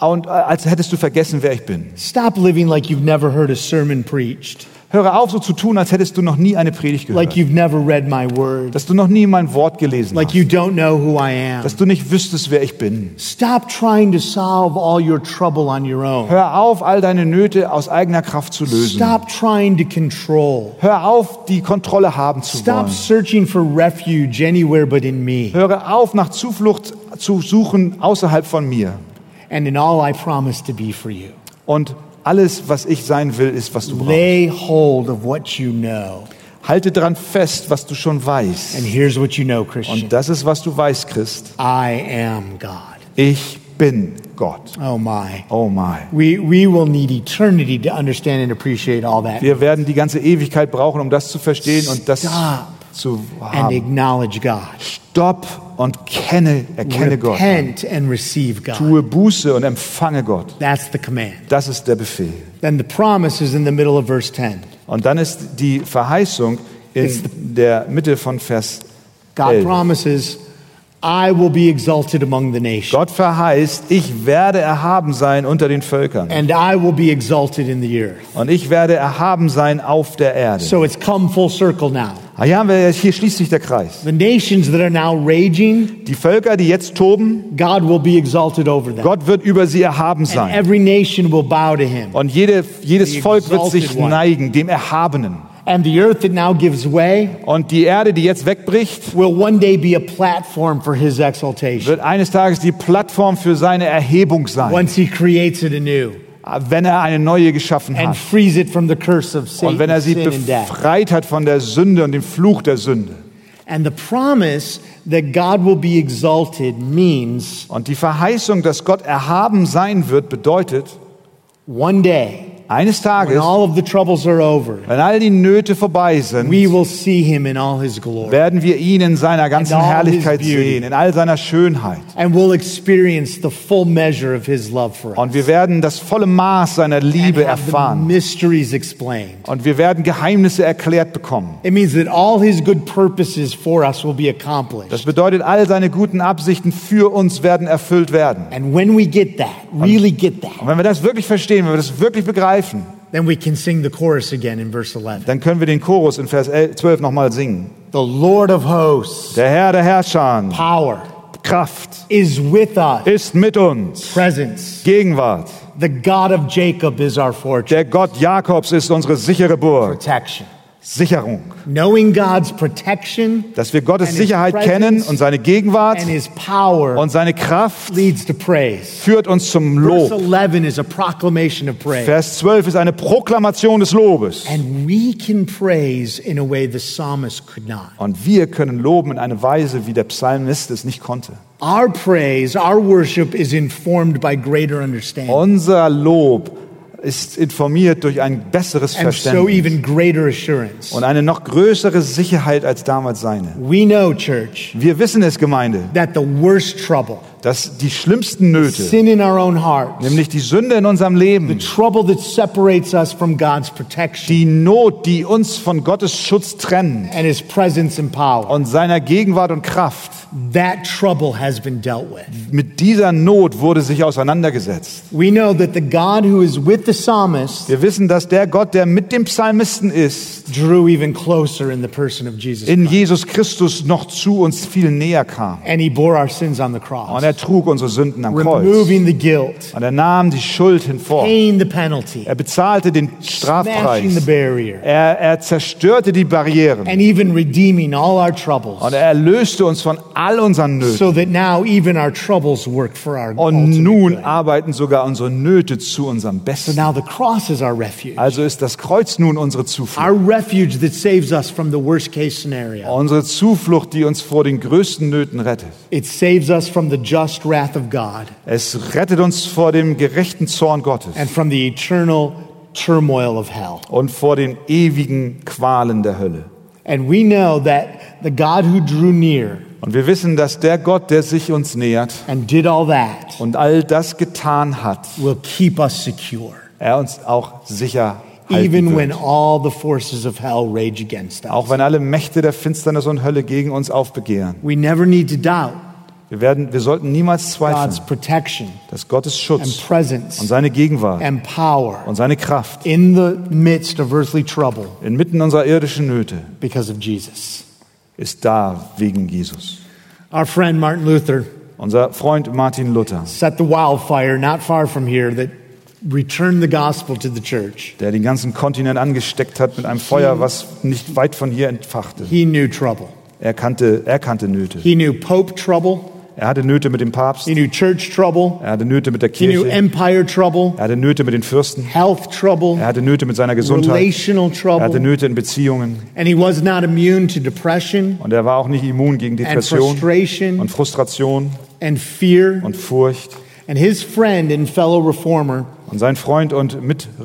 Speaker 2: und, äh, als hättest du vergessen, wer ich bin.
Speaker 1: Stop living like you've never heard a sermon preached,
Speaker 2: Höre auf, so zu tun, als hättest du noch nie eine Predigt gehört.
Speaker 1: like you've never read my word,
Speaker 2: dass du noch nie mein Wort gelesen
Speaker 1: like
Speaker 2: hast.
Speaker 1: you don't know who I am.
Speaker 2: Dass du nicht wüsstest, wer ich bin.
Speaker 1: Stop trying to solve all your trouble on your own.
Speaker 2: Hör auf, all deine Nöte aus eigener Kraft zu lösen.
Speaker 1: Stop trying to control.
Speaker 2: Hör auf, die Kontrolle haben zu
Speaker 1: Stop
Speaker 2: wollen.
Speaker 1: searching for refuge anywhere but in me.
Speaker 2: Höre auf, nach Zuflucht zu suchen außerhalb von mir.
Speaker 1: And in all I promise to be for you.
Speaker 2: Und alles, was ich sein will, ist, was du brauchst.
Speaker 1: Lay hold of what you know.
Speaker 2: Halte dran fest, was du schon
Speaker 1: And
Speaker 2: weißt.
Speaker 1: here's what you know, Christian
Speaker 2: Und das ist, was du weißt, Christ.
Speaker 1: I am God.
Speaker 2: Ich bin Gott.
Speaker 1: Oh my.
Speaker 2: Oh my.
Speaker 1: We, we will need eternity to understand and appreciate all that
Speaker 2: Wir werden die ganze Ewigkeit brauchen, um das zu verstehen und das
Speaker 1: Stop.
Speaker 2: zu
Speaker 1: and
Speaker 2: haben.
Speaker 1: acknowledge God.
Speaker 2: Stopp und kenne, erkenne Gott.
Speaker 1: Repent and receive God.
Speaker 2: Tue Buße und empfange Gott.
Speaker 1: That's the command.
Speaker 2: Das ist der Befehl.
Speaker 1: Then the promise is in the middle of verse 10.
Speaker 2: Und dann ist die Verheißung in der Mitte von Vers
Speaker 1: God
Speaker 2: 11.
Speaker 1: promises, I will be exalted among the nations,
Speaker 2: Gott verheißt, ich werde erhaben sein unter den Völkern.
Speaker 1: and I will be exalted in the earth.
Speaker 2: Und ich werde erhaben sein auf der Erde.
Speaker 1: So it's come full circle now.
Speaker 2: Ah ja, wir- hier schließt sich der Kreis.
Speaker 1: The nations that are now raging,
Speaker 2: Die Völker, die jetzt toben,
Speaker 1: God will be exalted over them.
Speaker 2: Gott wird über sie erhaben
Speaker 1: and
Speaker 2: sein.
Speaker 1: every nation will bow to him.
Speaker 2: Und jede, jedes
Speaker 1: The
Speaker 2: Volk wird sich
Speaker 1: exalted one.
Speaker 2: neigen, dem Erhabenen.
Speaker 1: And the earth that now gives way
Speaker 2: Und die Erde, die jetzt wegbricht,
Speaker 1: will one day be a platform for his exaltation.
Speaker 2: wird eines Tages die Plattform für seine Erhebung sein,
Speaker 1: once he creates it anew
Speaker 2: wenn er eine neue geschaffen
Speaker 1: and
Speaker 2: hat.
Speaker 1: frees it from the curse of Satan,
Speaker 2: Und wenn er sie
Speaker 1: sin, and death.
Speaker 2: befreit hat von der Sünde und dem Fluch der Sünde.
Speaker 1: And the promise that God will be exalted means
Speaker 2: Und die Verheißung, dass Gott erhaben sein wird, bedeutet,
Speaker 1: one day,
Speaker 2: eines
Speaker 1: when
Speaker 2: Tages,
Speaker 1: all of the troubles are over,
Speaker 2: wenn all die Nöte vorbei sind,
Speaker 1: we will see him in all his glory.
Speaker 2: werden wir ihn in seiner ganzen
Speaker 1: And all his
Speaker 2: Herrlichkeit
Speaker 1: beauty.
Speaker 2: sehen, in all seiner Schönheit.
Speaker 1: And we'll experience the full measure of his love for us.
Speaker 2: Und wir werden das volle Maß seiner
Speaker 1: And
Speaker 2: Liebe
Speaker 1: have the
Speaker 2: erfahren.
Speaker 1: mysteries explained.
Speaker 2: Und wir werden Geheimnisse erklärt bekommen.
Speaker 1: It means that all his good purposes for us will be accomplished.
Speaker 2: Das bedeutet, all seine guten Absichten für uns werden erfüllt werden.
Speaker 1: And when we get that, really get
Speaker 2: Und
Speaker 1: that,
Speaker 2: wenn wir das wirklich verstehen, wenn wir das wirklich begreifen,
Speaker 1: then we can sing the chorus again in verse 11.
Speaker 2: dann können wir den Chorus in Vers 11 12 nochmal singen.
Speaker 1: The Lord of hosts.
Speaker 2: Der Herr der Herrscher,
Speaker 1: power
Speaker 2: Kraft
Speaker 1: is with us.
Speaker 2: ist mit uns.
Speaker 1: Presence.
Speaker 2: Gegenwart.
Speaker 1: The God of Jacob is our fortress.
Speaker 2: Der Gott Jakobs ist unsere sichere Burg.
Speaker 1: Protection.
Speaker 2: Sicherung.
Speaker 1: Knowing God's protection
Speaker 2: Dass wir Gottes
Speaker 1: And his
Speaker 2: Sicherheit
Speaker 1: presence
Speaker 2: kennen und seine Gegenwart
Speaker 1: and his power
Speaker 2: und seine Kraft
Speaker 1: leads to praise.
Speaker 2: führt uns zum
Speaker 1: Verse
Speaker 2: Lob.
Speaker 1: 11 is a proclamation of praise.
Speaker 2: Vers 12 ist eine Proklamation des Lobes.
Speaker 1: And we can praise in a way the psalmist could not.
Speaker 2: Und wir können loben in einer Weise, wie der Psalmist es nicht konnte.
Speaker 1: Our praise, our worship is informed by greater understanding.
Speaker 2: Unser Lob ist informiert durch ein besseres
Speaker 1: And so,
Speaker 2: Verständnis
Speaker 1: even greater assurance.
Speaker 2: und eine noch größere Sicherheit als damals seine.
Speaker 1: We know, church,
Speaker 2: Wir wissen es, Gemeinde,
Speaker 1: that the worst trouble,
Speaker 2: dass die schlimmsten Nöte,
Speaker 1: sin in our own hearts,
Speaker 2: nämlich die Sünde in unserem Leben,
Speaker 1: trouble that separates us from God's protection
Speaker 2: die Not, die uns von Gottes Schutz trennt
Speaker 1: and his presence and power.
Speaker 2: und seiner Gegenwart und Kraft,
Speaker 1: That trouble has been dealt with.
Speaker 2: mit dieser Not wurde sich auseinandergesetzt.
Speaker 1: We know that the God who is with the psalmist
Speaker 2: Wir wissen, dass der Gott, der mit dem Psalmisten ist,
Speaker 1: drew even closer in the person of Jesus.
Speaker 2: in Jesus Christus noch zu uns viel näher kam.
Speaker 1: And he bore our sins on the
Speaker 2: Und
Speaker 1: cross.
Speaker 2: er trug unsere Sünden am Kreuz.
Speaker 1: removing the guilt,
Speaker 2: Und er nahm die Schuld hinfort.
Speaker 1: paying the penalty,
Speaker 2: Er bezahlte den
Speaker 1: smashing the
Speaker 2: Strafpreis.
Speaker 1: barrier,
Speaker 2: Er, er zerstörte die Barrieren.
Speaker 1: and even redeeming all our troubles.
Speaker 2: Und er erlöste uns von all unseren Nöten.
Speaker 1: so that now even our troubles work for our
Speaker 2: Und
Speaker 1: ultimate
Speaker 2: nun
Speaker 1: good.
Speaker 2: arbeiten sogar unsere Nöte zu unserem
Speaker 1: So
Speaker 2: Besten.
Speaker 1: now the cross is our refuge,
Speaker 2: Also ist das Kreuz nun unsere Zuflucht.
Speaker 1: our refuge that saves us from the worst case scenario.
Speaker 2: Unsere Zuflucht, die uns vor den größten Nöten rettet.
Speaker 1: It saves us from the just wrath of God
Speaker 2: Es rettet uns vor dem gerechten Zorn Gottes
Speaker 1: and from the eternal turmoil of hell.
Speaker 2: und vor den ewigen Qualen der Hölle.
Speaker 1: And we know that the God who drew near
Speaker 2: Und wir wissen, dass der Gott, der sich uns nähert
Speaker 1: and did all that
Speaker 2: und all das getan hat,
Speaker 1: will keep us secure,
Speaker 2: er uns auch sicher halten
Speaker 1: even when
Speaker 2: wird.
Speaker 1: all the forces of hell rage against
Speaker 2: Auch
Speaker 1: us.
Speaker 2: wenn alle Mächte der Finsternis und Hölle gegen uns aufbegehren.
Speaker 1: We never need to doubt
Speaker 2: Wir, werden, wir sollten niemals
Speaker 1: God's
Speaker 2: zweifeln,
Speaker 1: protection
Speaker 2: dass Gottes
Speaker 1: and
Speaker 2: Schutz und
Speaker 1: presence
Speaker 2: seine Gegenwart
Speaker 1: and power
Speaker 2: und seine Kraft
Speaker 1: in the midst of earthly trouble
Speaker 2: inmitten unserer irdischen Nöte
Speaker 1: because of Jesus.
Speaker 2: ist da wegen Jesus.
Speaker 1: Our friend Martin Luther
Speaker 2: Unser Freund Martin Luther,
Speaker 1: set the wildfire not far from here that returned the gospel to the church.
Speaker 2: der den ganzen Kontinent angesteckt hat mit einem Feuer, was nicht weit von hier entfachte.
Speaker 1: He knew trouble.
Speaker 2: Er kannte, er kannte Nöte.
Speaker 1: He knew Pope trouble.
Speaker 2: Er hatte Nöte mit dem Papst,
Speaker 1: He knew church trouble.
Speaker 2: er hatte Nöte mit der
Speaker 1: He knew
Speaker 2: Kirche,
Speaker 1: empire trouble,
Speaker 2: er hatte Nöte mit den Fürsten,
Speaker 1: health trouble,
Speaker 2: er hatte Nöte mit seiner Gesundheit,
Speaker 1: relational
Speaker 2: er hatte
Speaker 1: trouble.
Speaker 2: Nöte in Beziehungen
Speaker 1: And he was not immune to depression
Speaker 2: und er war auch nicht immun gegen
Speaker 1: and
Speaker 2: Depression und
Speaker 1: frustration
Speaker 2: Frustration
Speaker 1: and fear.
Speaker 2: und Furcht.
Speaker 1: And his friend and fellow reformer,
Speaker 2: Und sein Freund und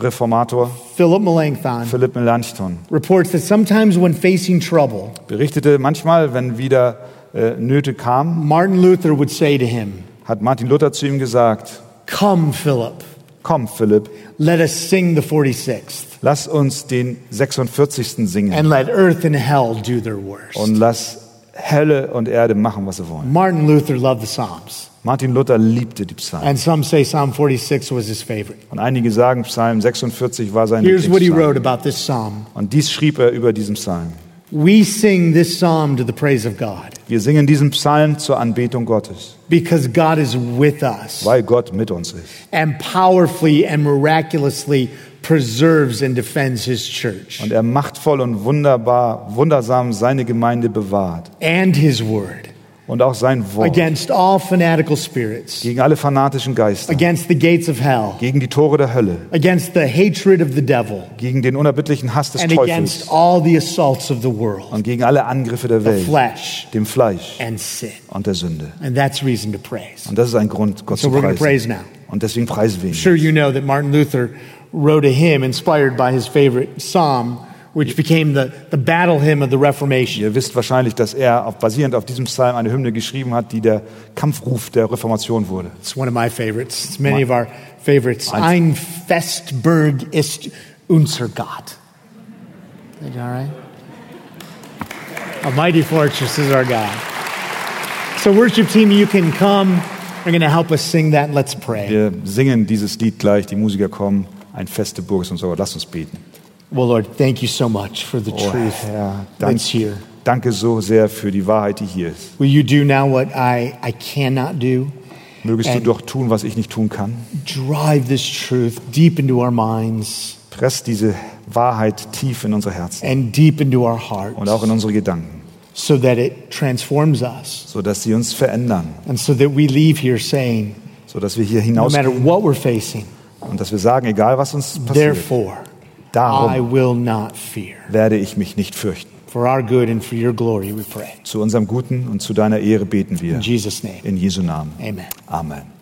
Speaker 2: Mitreformator
Speaker 1: Philip Melanchthon,
Speaker 2: Philipp Melanchthon
Speaker 1: reports that sometimes when facing trouble,
Speaker 2: berichtete manchmal, wenn wieder äh, Nöte kamen,
Speaker 1: Martin Luther would say to him,
Speaker 2: hat Martin Luther zu ihm gesagt,
Speaker 1: Come, Philip,
Speaker 2: komm Philipp,
Speaker 1: let us sing the 46th,
Speaker 2: lass uns den 46. singen
Speaker 1: and let earth and hell do their worst.
Speaker 2: und lass Hölle und Erde machen, was sie wollen.
Speaker 1: Martin Luther loved the Psalms,
Speaker 2: Martin Luther liebte die Psalmen.
Speaker 1: and some say Psalm 46 was his favorite.
Speaker 2: Und einige sagen, Psalm 46 war sein
Speaker 1: Here's what he
Speaker 2: Lieblingspsalm.
Speaker 1: wrote about this psalm
Speaker 2: Und dies schrieb er über diesen Psalm.
Speaker 1: We sing this psalm to the praise of God,
Speaker 2: Wir singen diesen Psalm zur Anbetung Gottes,
Speaker 1: because God is with us
Speaker 2: weil Gott mit uns ist
Speaker 1: and powerfully and miraculously preserves and defends his church
Speaker 2: und er machtvoll und wunderbar, wundersam seine Gemeinde bewahrt
Speaker 1: and his word
Speaker 2: und auch sein Wort
Speaker 1: against all fanatical spirits,
Speaker 2: gegen alle fanatischen Geister,
Speaker 1: against the gates of hell.
Speaker 2: gegen die Tore der Hölle,
Speaker 1: against the hatred of the devil
Speaker 2: gegen den unerbittlichen Hass des
Speaker 1: and
Speaker 2: Teufels.
Speaker 1: against all the assaults of the world,
Speaker 2: und gegen alle Angriffe der
Speaker 1: the
Speaker 2: Welt,
Speaker 1: flesh,
Speaker 2: dem Fleisch
Speaker 1: and sin.
Speaker 2: und der Sünde.
Speaker 1: And that's reason to praise.
Speaker 2: Und das ist ein Grund, Gott
Speaker 1: So
Speaker 2: zu
Speaker 1: we're gonna
Speaker 2: preisen.
Speaker 1: praise now.
Speaker 2: Und deswegen preisen wir ihn.
Speaker 1: Sure, you know that Martin Luther wrote a hymn inspired by his favorite psalm, which became the, the battle hymn of the Reformation.
Speaker 2: Ihr wisst wahrscheinlich, dass er auf, basierend auf diesem Psalm eine Hymne geschrieben hat, die der Kampfruf der Reformation wurde.
Speaker 1: It's one of my favorites. It's many of our favorites. Ein Festberg ist unser Gott. Is that all right? A mighty fortress is our God. So, worship team, you can come. They're going to help us sing that. Let's pray.
Speaker 2: Wir singen dieses Lied gleich, die Musiker kommen, ein feste Burg ist unser Gott. Lasst uns beten.
Speaker 1: Well, Lord, thank you so much for the
Speaker 2: Oh,
Speaker 1: truth
Speaker 2: Herr,
Speaker 1: that's here.
Speaker 2: danke, danke so sehr für die Wahrheit, die hier ist.
Speaker 1: Will you do now what I, I cannot do?
Speaker 2: Mögest du
Speaker 1: And-
Speaker 2: doch tun, was ich nicht tun kann.
Speaker 1: Drive this truth deep into our minds
Speaker 2: Press diese Wahrheit tief in unsere Herzen
Speaker 1: and deep into our
Speaker 2: und auch
Speaker 1: hearts
Speaker 2: in unsere Gedanken,
Speaker 1: so that it transforms us.
Speaker 2: sodass sie uns verändern.
Speaker 1: And so that we leave here saying,
Speaker 2: so dass wir hier
Speaker 1: no
Speaker 2: hinausgehen
Speaker 1: matter what we're facing,
Speaker 2: und dass wir sagen, egal was uns passiert,
Speaker 1: therefore, I
Speaker 2: darum
Speaker 1: will not fear.
Speaker 2: werde ich mich nicht fürchten.
Speaker 1: For our good and for your glory, we pray.
Speaker 2: Zu unserem Guten und zu deiner Ehre beten wir.
Speaker 1: In Jesus' name,
Speaker 2: In Jesu Namen.
Speaker 1: amen.
Speaker 2: Amen.